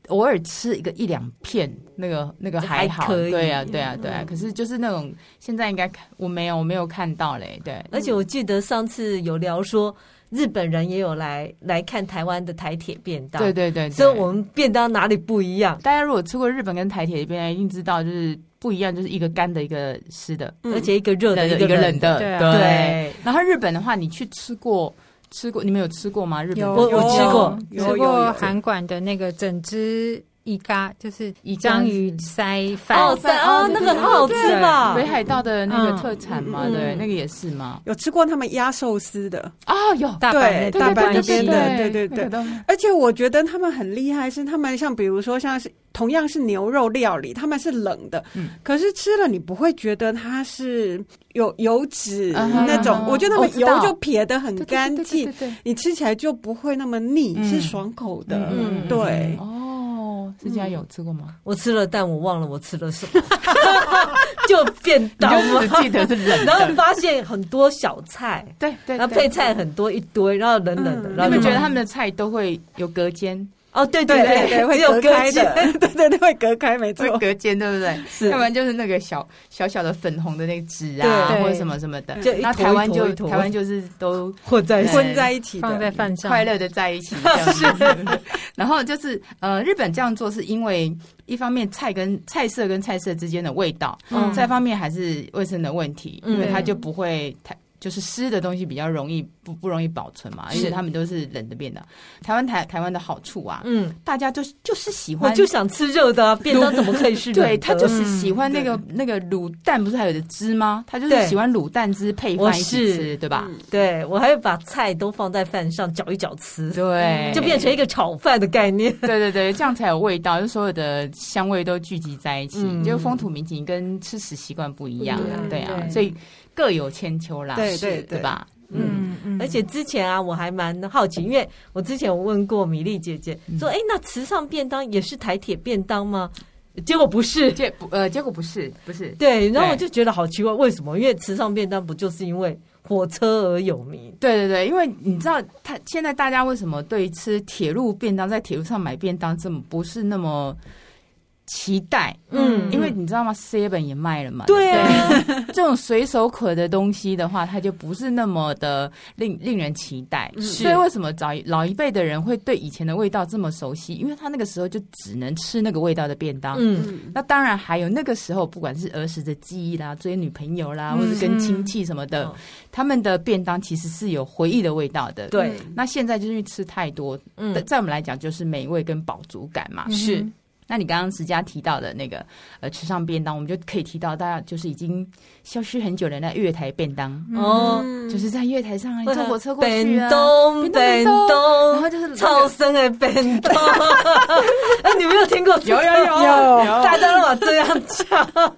S4: 偶尔吃一个一两片，那个那个还好，
S1: 还可以嗯
S4: 对啊，对啊，对啊。可是就是那种现在应该看我没有我没有看到嘞，对，
S1: 而且我记得上次有聊说，日本人也有来来看台湾的台铁便当，
S4: 对对对，对
S1: 所以我们便当哪里不一样？
S4: 大家如果吃过日本跟台铁的便当，一定知道就是不一样，就是一个干的，一个湿的，
S2: 嗯
S1: 而且一个热的，
S4: 一
S1: 个
S4: 个冷的，
S3: 对啊
S1: 对，
S4: 然后日本的话，你去吃过吃过，你们有吃过吗？日本
S3: 有
S1: 我我吃过
S2: 有
S3: 吃
S2: 有有
S3: 过
S2: 有
S3: 韩馆的那个整只一嘎，就是
S4: 以
S3: 章鱼塞饭。
S1: 哦，在哦，那个很好吃吧
S4: 北？海道的那个特产嘛，
S1: 嗯
S4: 对，
S1: 嗯
S4: 那个也是嘛。
S2: 有吃过他们压寿司的，
S4: 啊，有，
S3: 大阪
S2: 对
S3: 那
S2: 大阪
S3: 边
S4: 对对
S2: 那
S4: 对
S2: 边的
S4: 对
S2: 对对对
S4: 那个都
S2: 而且我觉得他们很厉害，是他们像比如说像是同样是牛肉料理，他们是冷的，
S4: 嗯
S2: 可是吃了你不会觉得它是有油脂
S4: 嗯哼
S2: 那种，
S4: 嗯哼
S2: 我觉得他
S4: 我
S2: 们
S4: 知
S2: 油
S4: 道
S2: 就撇得很
S4: 对对对
S2: 干
S4: 对
S2: 净
S4: 对，对对
S2: 你吃起来就不会那么腻，
S4: 嗯
S2: 是爽口的。
S1: 嗯
S2: 对
S4: 对，哦，思佳有吃过吗？
S1: 我吃了，但我忘了我吃了什么， 就便当
S4: 你就只记得是 冷
S1: 然后
S4: 的，
S1: 发现很多小菜，
S4: 对对，
S1: 然后
S4: 对
S1: 配菜很多一堆，然后冷冷的，
S2: 嗯
S1: 然后
S4: 你们
S1: 就
S4: 觉得他们的菜都会有隔间，
S1: 哦，对
S2: 对对
S1: 对
S2: 对，会
S1: 只有
S2: 隔开
S1: 间
S2: 的，对对对，会隔开，没错
S4: 会。隔间，对不对？
S1: 哦是
S4: 要不然就是那个小小小的粉红的那个纸啊，
S1: 对
S4: 或者什么什么的。
S1: 就一
S4: 那
S1: 坨
S4: 台湾
S1: 一坨
S4: 就
S1: 一坨
S4: 台湾就是都
S1: 混在一起。
S2: 混在一起
S3: 放在
S2: 的，
S3: 饭上，
S4: 快乐的 在一起，这样子然后就是呃，日本这样做是因为一方面菜跟菜色跟菜色之间的味道，
S3: 嗯
S4: 再方面还是卫生的问题，
S1: 嗯
S4: 因为它就不会太就是湿的东西比较容易不不容易保存嘛，而且他们都是冷的便当。台湾台台湾的好处啊，
S1: 嗯，
S4: 大家就是就是喜
S1: 我
S4: 欢，
S1: 就想吃热的、啊，便当怎么可以 是冷的？
S4: 对他就是喜欢那个、那个卤蛋，不是还有的汁吗？他就是
S1: 对
S4: 喜欢卤蛋汁配
S1: 我
S4: 饭一起
S1: 是
S4: 吃，对
S2: 嗯
S4: 吧？
S1: 对我还会把菜都放在饭上搅一搅吃，
S4: 对，
S1: 嗯就变成一个炒饭的概念。
S4: 对对对，这样才有味道，就所有的香味都聚集在一起。
S1: 嗯
S4: 就风土民情跟吃食习惯不一样啊，
S1: 嗯
S4: 对啊，
S1: 对
S4: 所以各有千秋啦，
S2: 对
S4: 是
S2: 对
S4: 对
S2: 对
S4: 吧？
S1: 嗯。
S3: 嗯
S1: 而且之前啊，我还蛮好奇，因为我之前有问过米粒姐姐，
S4: 嗯
S1: 说：“哎、那慈上便当也是台铁便当吗？”结果不是，
S4: 结不呃，结果不是不是，
S1: 对。然后我
S4: 对
S1: 就觉得好奇怪，为什么？因为慈上便当不就是因为火车而有名？
S4: 对对对，因为你知道，他现在大家为什么对吃铁路便当，在铁路上买便当这么不是那么期待？
S1: 嗯
S4: 因为你知道吗？seven 也卖了嘛，
S1: 对
S4: 不
S1: 啊，
S4: 对这种随手可得东西的话，它就不是那么的令令人期待。
S1: 嗯是
S4: 所以为什么早老一辈的人会对以前的味道这么熟悉？因为他那个时候就只能吃那个味道的便当。
S1: 嗯，
S2: 嗯，
S4: 那当然还有那个时候，不管是儿时的记忆啦、追女朋友啦，
S3: 嗯
S4: 或者跟亲戚什么的，
S1: 嗯
S4: 他们的便当其实是有回忆的味道的。
S1: 对，
S4: 那现在就是因为吃太多，
S1: 嗯，
S4: 在我们来讲就是美味跟饱足感嘛。
S1: 是
S4: 那你刚刚石佳提到的那个呃吃上便当，我们就可以提到大家就是已经消失很久的那月台便当，
S1: 哦，
S2: 嗯
S4: 就是在月台嗯
S1: 哎
S4: 上啊，你坐火车过去
S1: 本
S4: 啊，
S1: 东
S4: 便
S1: 本
S4: 当然
S1: 东
S4: 后，就是
S1: 超生的本东。哎，你们有听过？
S4: 有有有
S2: 有
S1: 大家都把这样讲，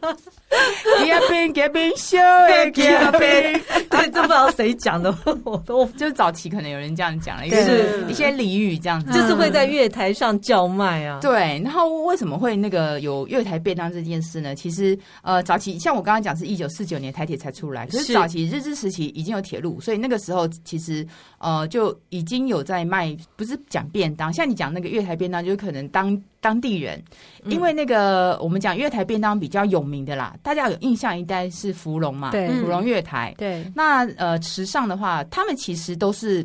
S4: 给冰给冰修哎给冰，
S1: 对，这不知道谁讲的，我都
S4: 就是早期可能有人这样讲了，一
S1: 对
S4: 些一些俚语这样子，
S1: 就是会在月台上叫卖啊。
S4: 对，然后为什么会那个有月台便当这件事呢？其实呃，早期像我刚刚讲是一九四九年台铁才出来，可是
S1: 是
S4: 早期日治时期已经有铁路，所以那个时候其实呃就已经有在卖，不是讲便当，像你讲那个月台便当，就是可能当当地人，因为那个我们讲月台便当比较有名的啦，大家有印象一带是芙蓉嘛，
S3: 对
S4: 芙蓉月台。
S3: 对，
S4: 那呃，池上的话，他们其实都是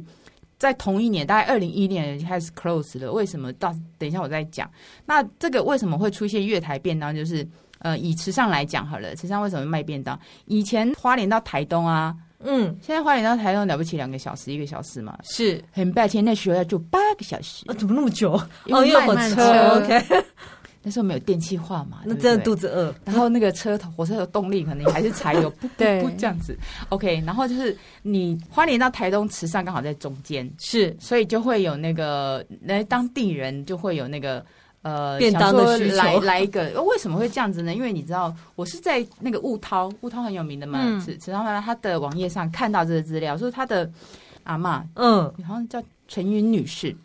S4: 在同一年，大概二零一一年开始 close 了。为什么到？等一下我再讲。那这个为什么会出现月台便当？就是呃，以池上来讲好了，池上为什么卖便当？以前花莲到台东啊，
S1: 嗯，
S4: 现在花莲到台东了不起两个小时，一个小时嘛。
S1: 是。
S4: 很抱歉，那时候要住八个小时
S1: 啊，，怎么那么久？
S4: 因
S1: 哦，
S4: 为
S1: 因为
S4: 慢
S1: 火
S3: 慢
S1: 车
S3: 车。
S1: OK，
S4: 那时候没有电气化嘛，
S1: 那
S4: 对不
S1: 真的
S4: 对
S1: 肚子饿。
S4: 然后那个车头火车的动力可能还是柴 油，不不
S3: 对
S4: 不这样子。OK，然后就是你花莲到台东池上刚好在中间，
S1: 是
S4: 所以就会有那个那当地人就会有那个。呃，
S1: 便当的
S4: 想说
S1: 需求
S4: 来来一个，呃为什么会这样子呢？因为你知道，我是在那个雾涛，雾涛很有名的嘛，
S3: 嗯
S4: 池池上他的网页上看到这个资料，说他的阿嬷
S1: 嗯，
S4: 好像叫陈云女士，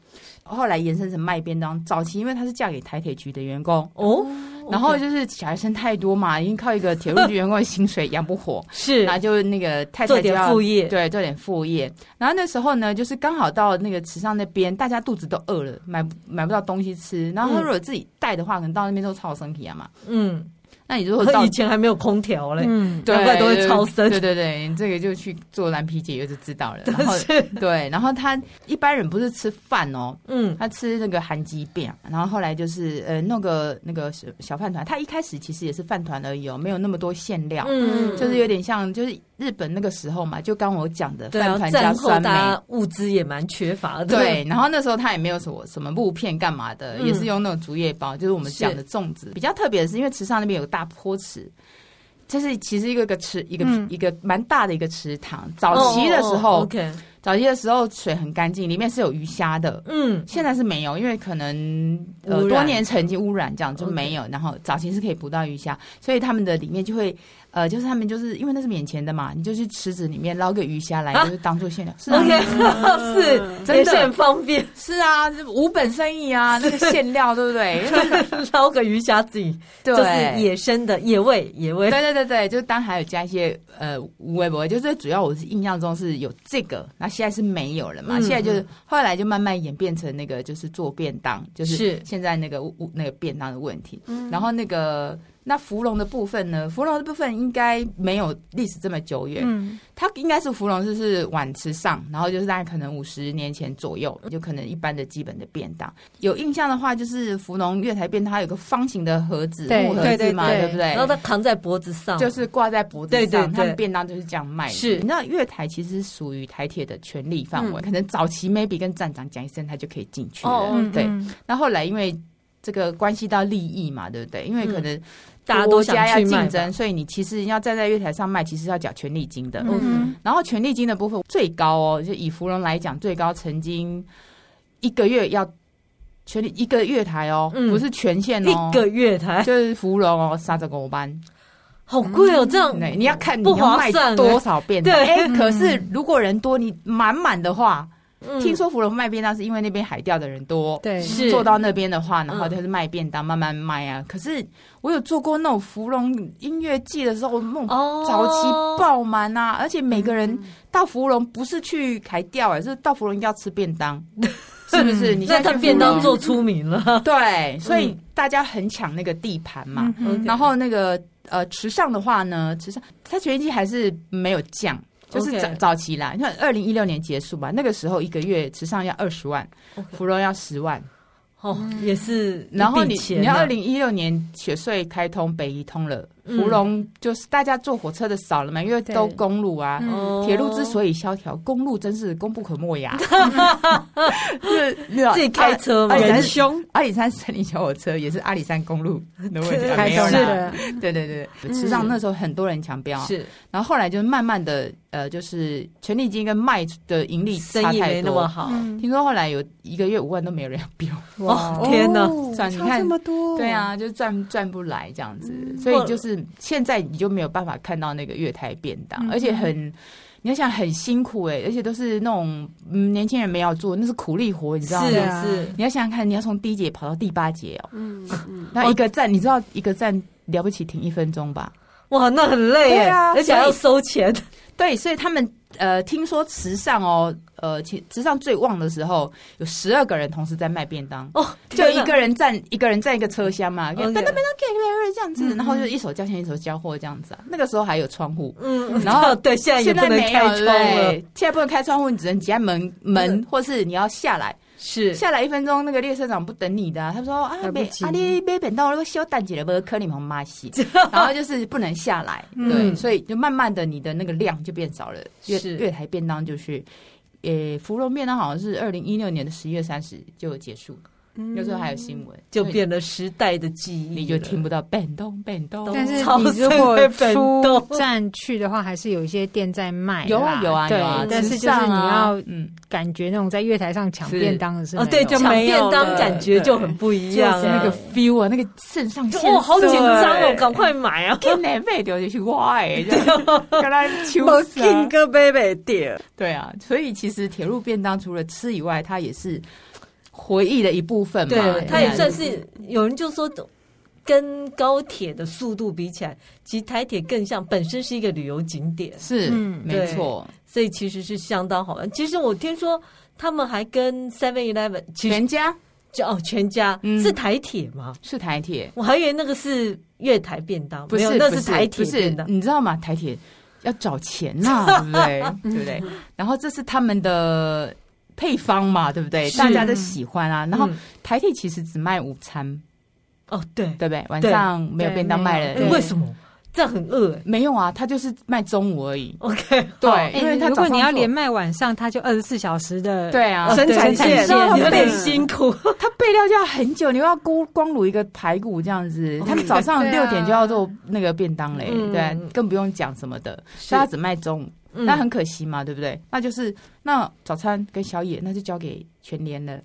S4: 后来延伸成卖便当。早期因为她是嫁给台铁局的员工，
S1: 哦，，
S4: 然后就是小孩生太多嘛，已经靠一个铁路局员工的薪水养不活
S1: 是
S4: 然后就那个太
S1: 做
S4: 太就
S1: 点
S4: 要
S1: 副业。
S4: 对做点副业。然后那时候呢，就是刚好到那个池上那边，大家肚子都饿了，买不买不到东西吃。然后他如果自己带的话，可能到那边都超生体啊嘛。
S1: 嗯，
S4: 那你如果到
S1: 以前还没有空调嘞。
S3: 嗯，
S4: 对
S1: 要不然都会超生
S4: 对对对，你这个就去做蓝皮解约就知 道了。然
S1: 但
S4: 后
S1: 是，
S4: 对，然后他一般人不是吃饭哦，
S1: 嗯，
S4: 他吃那个韩鸡饼，然后后来就是呃弄个那个小小饭团，他一开始其实也是饭团而已哦，没有那么多馅料，
S1: 嗯，
S4: 就是有点像就是日本那个时候嘛，就刚我讲的
S1: 对
S4: 饭
S1: 啊，
S4: 团加
S1: 战后
S4: 酸梅。
S1: 大家物资也蛮缺乏的。
S4: 对，然后那时候他也没有什么什么木片干嘛的，
S1: 嗯
S4: 也是用那种竹叶包，就是我们
S1: 是
S4: 讲的粽子。比较特别的是，因为池上那边有个大坡池，就是其实一个个池，一个、
S3: 嗯
S4: 一个蛮大的一个池塘。
S1: 哦，
S4: 早期的时候，
S1: o k
S4: 早期的时候水很干净，里面是有鱼虾的。
S1: 嗯，
S4: 现在是没有，因为可能呃
S1: 污染
S4: 多年曾经污染这样就没有。然后早期是可以捕到鱼虾，所以他们的里面就会呃，就是他们就是因为那是免钱的嘛，你就去池子里面捞个鱼 虾来，
S1: 啊
S4: 就是当做馅料。是啊嗯
S1: OK，，是
S4: 真的
S1: 也是很方 便，
S4: 是啊，这无本生意啊，那个馅料对不 对？
S1: 捞个鱼虾自己，
S4: 对，
S1: 就是野生的野味，野味
S4: 对。对对对，就是当还有加一些呃微博，就是主要我是印象中是有这个，那现在是没有了嘛，
S1: 嗯
S4: 现在就是后来就慢慢演变成那个就是做便当，就是
S1: 是
S4: 现在那个物物那个便当的问题，然后那个。那芙蓉的部分呢？芙蓉的部分应该没有历史这么久远，
S3: 嗯，
S4: 它应该是芙蓉就是晚吃上，然后就是大概可能五十年前左右，就可能一般的基本的便当。有印象的话，就是芙蓉月台便当，它有个方形的盒子，
S3: 对
S4: 木盒子嘛，
S3: 对对对
S4: 不
S1: 然后
S4: 对？
S1: 它扛在脖子上，
S4: 就是挂在脖子上，
S1: 嗯对对对
S4: 他们便当就是这样卖的。
S1: 是
S4: 那月台其实属于台铁的权利范围，
S2: 嗯
S4: 可能早期 maybe 跟站长讲一声，他就可以进去了。
S1: 哦
S3: 嗯
S4: 对，
S3: 嗯
S4: 那后来因为这个关系到利益嘛，对不对？因为可能
S1: 嗯大家都
S4: 国
S1: 想
S4: 家要
S1: 去卖
S4: 竞
S1: 吧
S4: 争，。所以你其实要站在月台上卖，其实要缴权利金的。
S3: 嗯嗯
S4: 然后权利金的部分最高哦，就以芙蓉来讲，最高曾经一个月要权利一个月台哦，
S1: 嗯
S4: 不是权限哦，
S1: 一个月台
S4: 就是嗯芙蓉哦，三十五班。
S1: 好贵哦，这样
S4: 对，你要看你
S1: 不
S4: 要
S1: 划
S4: 卖
S1: 算啊
S4: 多少便当。
S1: 对
S4: 哎，
S3: 嗯
S4: 可是如果人多，你满满的话，
S1: 嗯
S4: 听说芙蓉卖便当是因为那边海钓的人多，
S3: 对，
S1: 是
S4: 坐到那边的话，然后
S1: 嗯
S4: 就是卖便当，慢慢卖啊。可是我有做过那种芙蓉音乐季的时候，那种
S1: 哦，嗯
S4: 早期爆满啊，而且每个人到芙蓉不是去海钓，哎，是到芙蓉一定要吃便 当，是不是？你
S1: 那
S4: 现在
S1: 他
S4: 去
S1: 便当
S4: 芙蓉
S1: 做嗯出名 了，
S4: 对，所以大家很抢那个地盘嘛。
S3: 嗯嗯
S4: 然后那个呃，池上的话呢，池上它全季还是没有降，就是
S1: OK
S4: 早早期啦。你看二零一六年结束吧，那个时候一个月池上要二十万，
S1: OK
S4: 芙蓉要十万，
S1: 哦，也是一笔钱啊。
S4: 嗯然后你你要二零一六年雪隧开通北移通了，
S1: 嗯
S4: 芙蓉就是大家坐火车的少了嘛，因为都
S3: 对
S4: 公路啊。
S3: 嗯
S1: 哦
S4: 铁路之所以萧条，公路真是功不可没呀。
S1: 哦 自己开车嘛，
S4: 而且
S2: 仁
S4: 还
S2: 兄，
S4: 啊阿里山森林小火车也是阿里山公路的问题，
S1: 对
S4: 啊
S3: 开
S4: 没有
S3: 通
S1: 始
S4: 啦。
S3: 的，
S4: 对对对，对池上那时候很多人抢标，
S1: 嗯
S4: 啊
S1: 是
S4: 然后后来就慢慢的呃，就是权利金跟卖的盈利差
S1: 生意
S4: 太
S1: 没那么
S4: 多。
S1: 好。
S3: 嗯
S4: 听说后来有一个月五万都没有人要标，
S1: 哇天哪
S2: 哦
S4: 赚你
S2: 差
S4: 看
S2: 这么多，
S4: 对，啊，就赚赚不来这样子，
S1: 嗯
S4: 所以就是现在你就没有办法看到那个月台便当，
S3: 嗯
S4: 而且很。你要想很辛苦哎、而且都是那种嗯年轻人没有做，那是苦力活，你知
S1: 是
S4: 道吗？
S3: 啊
S1: 是，
S4: 你要想想看，你要从第一节跑到第八节哦、
S2: 嗯嗯，
S4: 那一个站，你知道一个站了不起停一分钟吧？
S1: 哇，那很累
S4: 对
S1: 耶，
S4: 啊
S1: 而且还要收 钱。
S4: 对，所以他们呃，听说池上哦，呃，其池上最旺的时候有十二个人同时在卖便当，
S1: 哦，
S4: 就
S1: 天
S4: 一
S1: 哪
S4: 个人站一个人站一个车厢嘛，
S1: OK
S4: 跟那边那给给这样子，
S3: 嗯
S4: 然后就一手交钱一手交货这样子啊。那个时候还有窗户，
S1: 嗯，
S4: 然后
S1: 对，现在也
S4: 现
S1: 不
S4: 在
S1: 能
S4: 没
S1: 开
S4: 有
S1: 窗了
S4: 对，现在不能开窗户，你只能挤在门门，或是你要下来，
S1: 是
S4: 下来一分钟，那个列车长不等你的啊、他说啊
S3: 来，不
S4: 没
S3: 及
S4: 啊，你没等到那个小蛋姐了，不可你们妈洗，然后就是不能下来，对，
S1: 嗯
S4: 所以就慢慢的你的那个量就变少了，月
S1: 是
S4: 月台便当就是。呃，芙蓉便当好像是二零一六年的十一月三十就结束，
S2: 嗯
S4: 那时候还有新闻，
S1: 就
S4: 所以
S1: 变了时代的记忆了，
S4: 你就听不到便当便当。
S1: 懂
S3: 但是
S1: 超
S3: 你如
S1: 市
S3: 果
S1: 会本
S3: 出
S1: 动
S3: 站去的话，还是有一些店在卖啦，
S4: 有啊有啊
S3: 对
S4: 有啊，
S3: 但是
S4: 吃
S3: 就是
S4: 上
S3: 你
S4: 啊
S3: 要
S4: 嗯，
S3: 感觉那种在月台上抢
S4: 是
S3: 便当的是
S1: 哦，对，
S3: 没有
S1: 抢
S2: 就没有
S1: 便当
S2: 了
S1: 感觉就很不一样
S4: 就是那
S1: 啊
S4: 个 feel 啊，那个肾上
S1: 就
S4: 腺
S1: 哦，好
S4: 素
S1: 紧张哦
S4: 哎，
S1: 赶快买 啊！
S4: 跟南北流就是我哎，这样跟他秋
S2: 我
S4: 死啊
S2: 听个 baby 点，
S4: 对啊，所以其实铁路便当除了吃以外，它也是回忆的一部分嘛。
S1: 对，它也
S4: 啊
S1: 算是有人就说，跟高铁的速度比起来，其实台铁更像本身是一个旅游景点，
S4: 是，
S3: 嗯
S4: 没错，
S1: 所以其实是相当好玩。其实我听说他们还跟 Seven Eleven，其实
S4: 全家
S1: 就哦全家、
S4: 嗯
S1: 是台铁吗？
S4: 是台铁，
S1: 我还以为那个是月台便当，
S4: 不
S1: 没
S4: 是
S1: 有，那
S4: 不
S1: 是台铁
S4: 不是嗯
S1: 便当。
S4: 你知道吗？台铁要找钱呐、 对不对？对不对？然后这是他们的配方嘛，对不对？
S1: 是
S4: 大家都喜欢啊。然后
S1: 嗯
S4: 台铁其实只卖午餐，
S1: 哦，对，
S4: 对不对？晚
S1: 对
S4: 上没有便当卖了，
S3: 对
S1: 哎
S4: 对
S1: 为什么这样很饿、哎
S4: 没有啊？它就是卖中午而已。
S1: OK，
S4: 对，
S1: 好哎
S4: 因为它
S3: 如果你
S4: 早上
S3: 要
S4: 做
S3: 连卖晚上，它就二十四小时的，
S4: 对啊，
S2: 生产
S1: 对
S2: 线
S1: 生产
S2: 有
S1: 线
S2: 点
S1: 很辛苦。
S4: 它备料就要很久，你又要光光卤一个排骨这样子，他们早上
S3: 对
S4: 六
S3: 啊
S4: 点就要做那个便当嘞，
S1: 嗯
S4: 对啊，更不用讲什么的，所以它只卖中午，
S1: 嗯
S4: 那很可惜嘛，对不对？那就是那早餐跟宵夜那就交给全联了，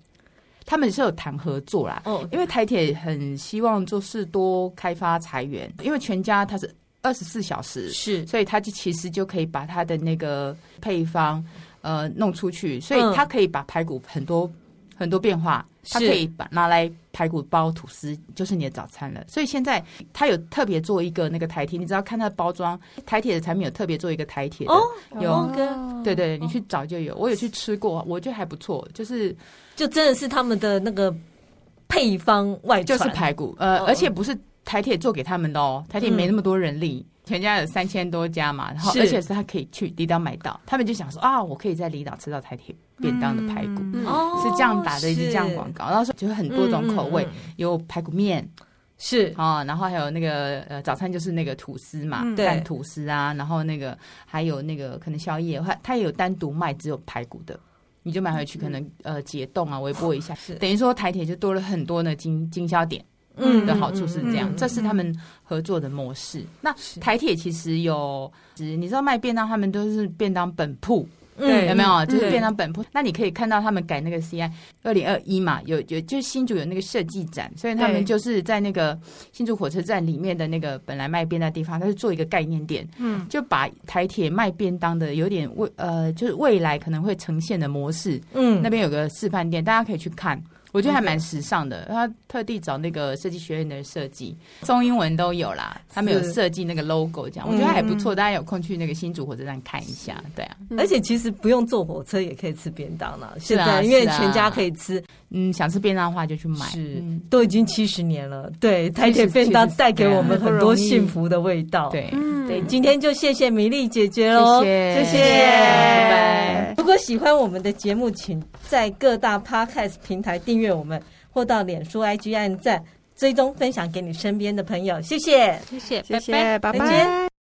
S4: 他们是有谈合作啦，
S1: 哦，
S4: 因为台铁很希望就是多开发裁员，因为全家它是二十四小时，
S1: 是
S4: 所以它就其实就可以把它的那个配方呃弄出去，所以
S1: 嗯
S4: 它可以把排骨很多很多变化，它可
S1: 是
S4: 以把拿来排骨包吐司，就是你的早餐了。所以现在它有特别做一个那个台铁，你只要看它的包装，台铁的产品有特别做一个台铁的，
S1: 哦
S4: 有。
S1: 哦跟
S4: 对对，你去找就有，我有去吃过，我觉得还不错，就是
S1: 就真的是他们的那个配方外
S4: 就是
S1: 传
S4: 排骨，呃，
S1: 哦
S4: 而且不是台铁做给他们的哦，台铁没那么多人力。全家有三千多家嘛，然后
S5: 是
S4: 而且是他可以去离岛买到，他们就想说啊，我可以在离岛吃到台铁便当的排骨，
S2: 嗯
S1: 哦
S4: 是这样打的一支这样广
S1: 告，
S4: 告，然后说就有很多种口味，
S5: 嗯嗯嗯
S4: 有排骨面
S1: 是
S4: 啊、然后还有那个呃早餐就是那个吐司嘛，
S2: 嗯
S4: 蛋
S1: 对
S4: 吐司啊，然后那个还有那个可能宵夜，它它也有单独卖只有排骨的，你就买回去可能、呃解冻啊微波一下，
S1: 是
S4: 等于说台铁就多了很多的经经销点。
S1: 嗯
S4: 的好处是这
S5: 嗯
S4: 样，
S5: 嗯嗯
S4: 这是他们合作的模式。那台铁其实有，你知道卖便当，他们都是便当本铺，
S1: 嗯
S4: 有没有？就是
S5: 对
S4: 便当本铺。那你可以看到他们改那个 CI 二零二一嘛，有有就是新竹有那个设计展，所以他
S5: 对
S4: 们就是在那个新竹火车站里面的那个本来卖便当的地方，它是做一个概念店，
S5: 嗯，
S4: 就把台铁卖便当的有点未呃，就是未来可能会呈现的模式，
S1: 嗯
S4: 那边有个示范店，大家可以去看。我觉得还蛮时尚的，他特地找那个设计学院的设计，中英文都有啦。他们有
S1: 是嗯
S4: 设计那个 logo，这样我觉得还不错。大家有空去那个新竹火车站看一下，对啊，
S1: 而且其实不用坐火车也可以吃便当了，
S4: 是
S1: 现
S4: 啊
S1: 在因为
S4: 是啊
S1: 全家可以吃，
S4: 嗯，想吃便当的话就去买。
S1: 是
S4: 嗯
S1: 都已经七十年了。对，台铁便当
S4: 其实
S1: 带给我们
S4: 对啊
S1: 很多幸福的味道。，
S4: 对，
S2: 嗯
S1: 对，今天就谢谢米粒姐姐喽，
S4: 谢谢
S1: 谢
S4: 拜拜
S1: 如果喜欢我们的节目，请在各大 podcast 平台订阅我们，或到脸书、IG 按赞、追踪、分享给你身边的朋友，谢谢。
S3: 谢谢，
S2: 谢谢，拜
S1: 再见
S2: 拜。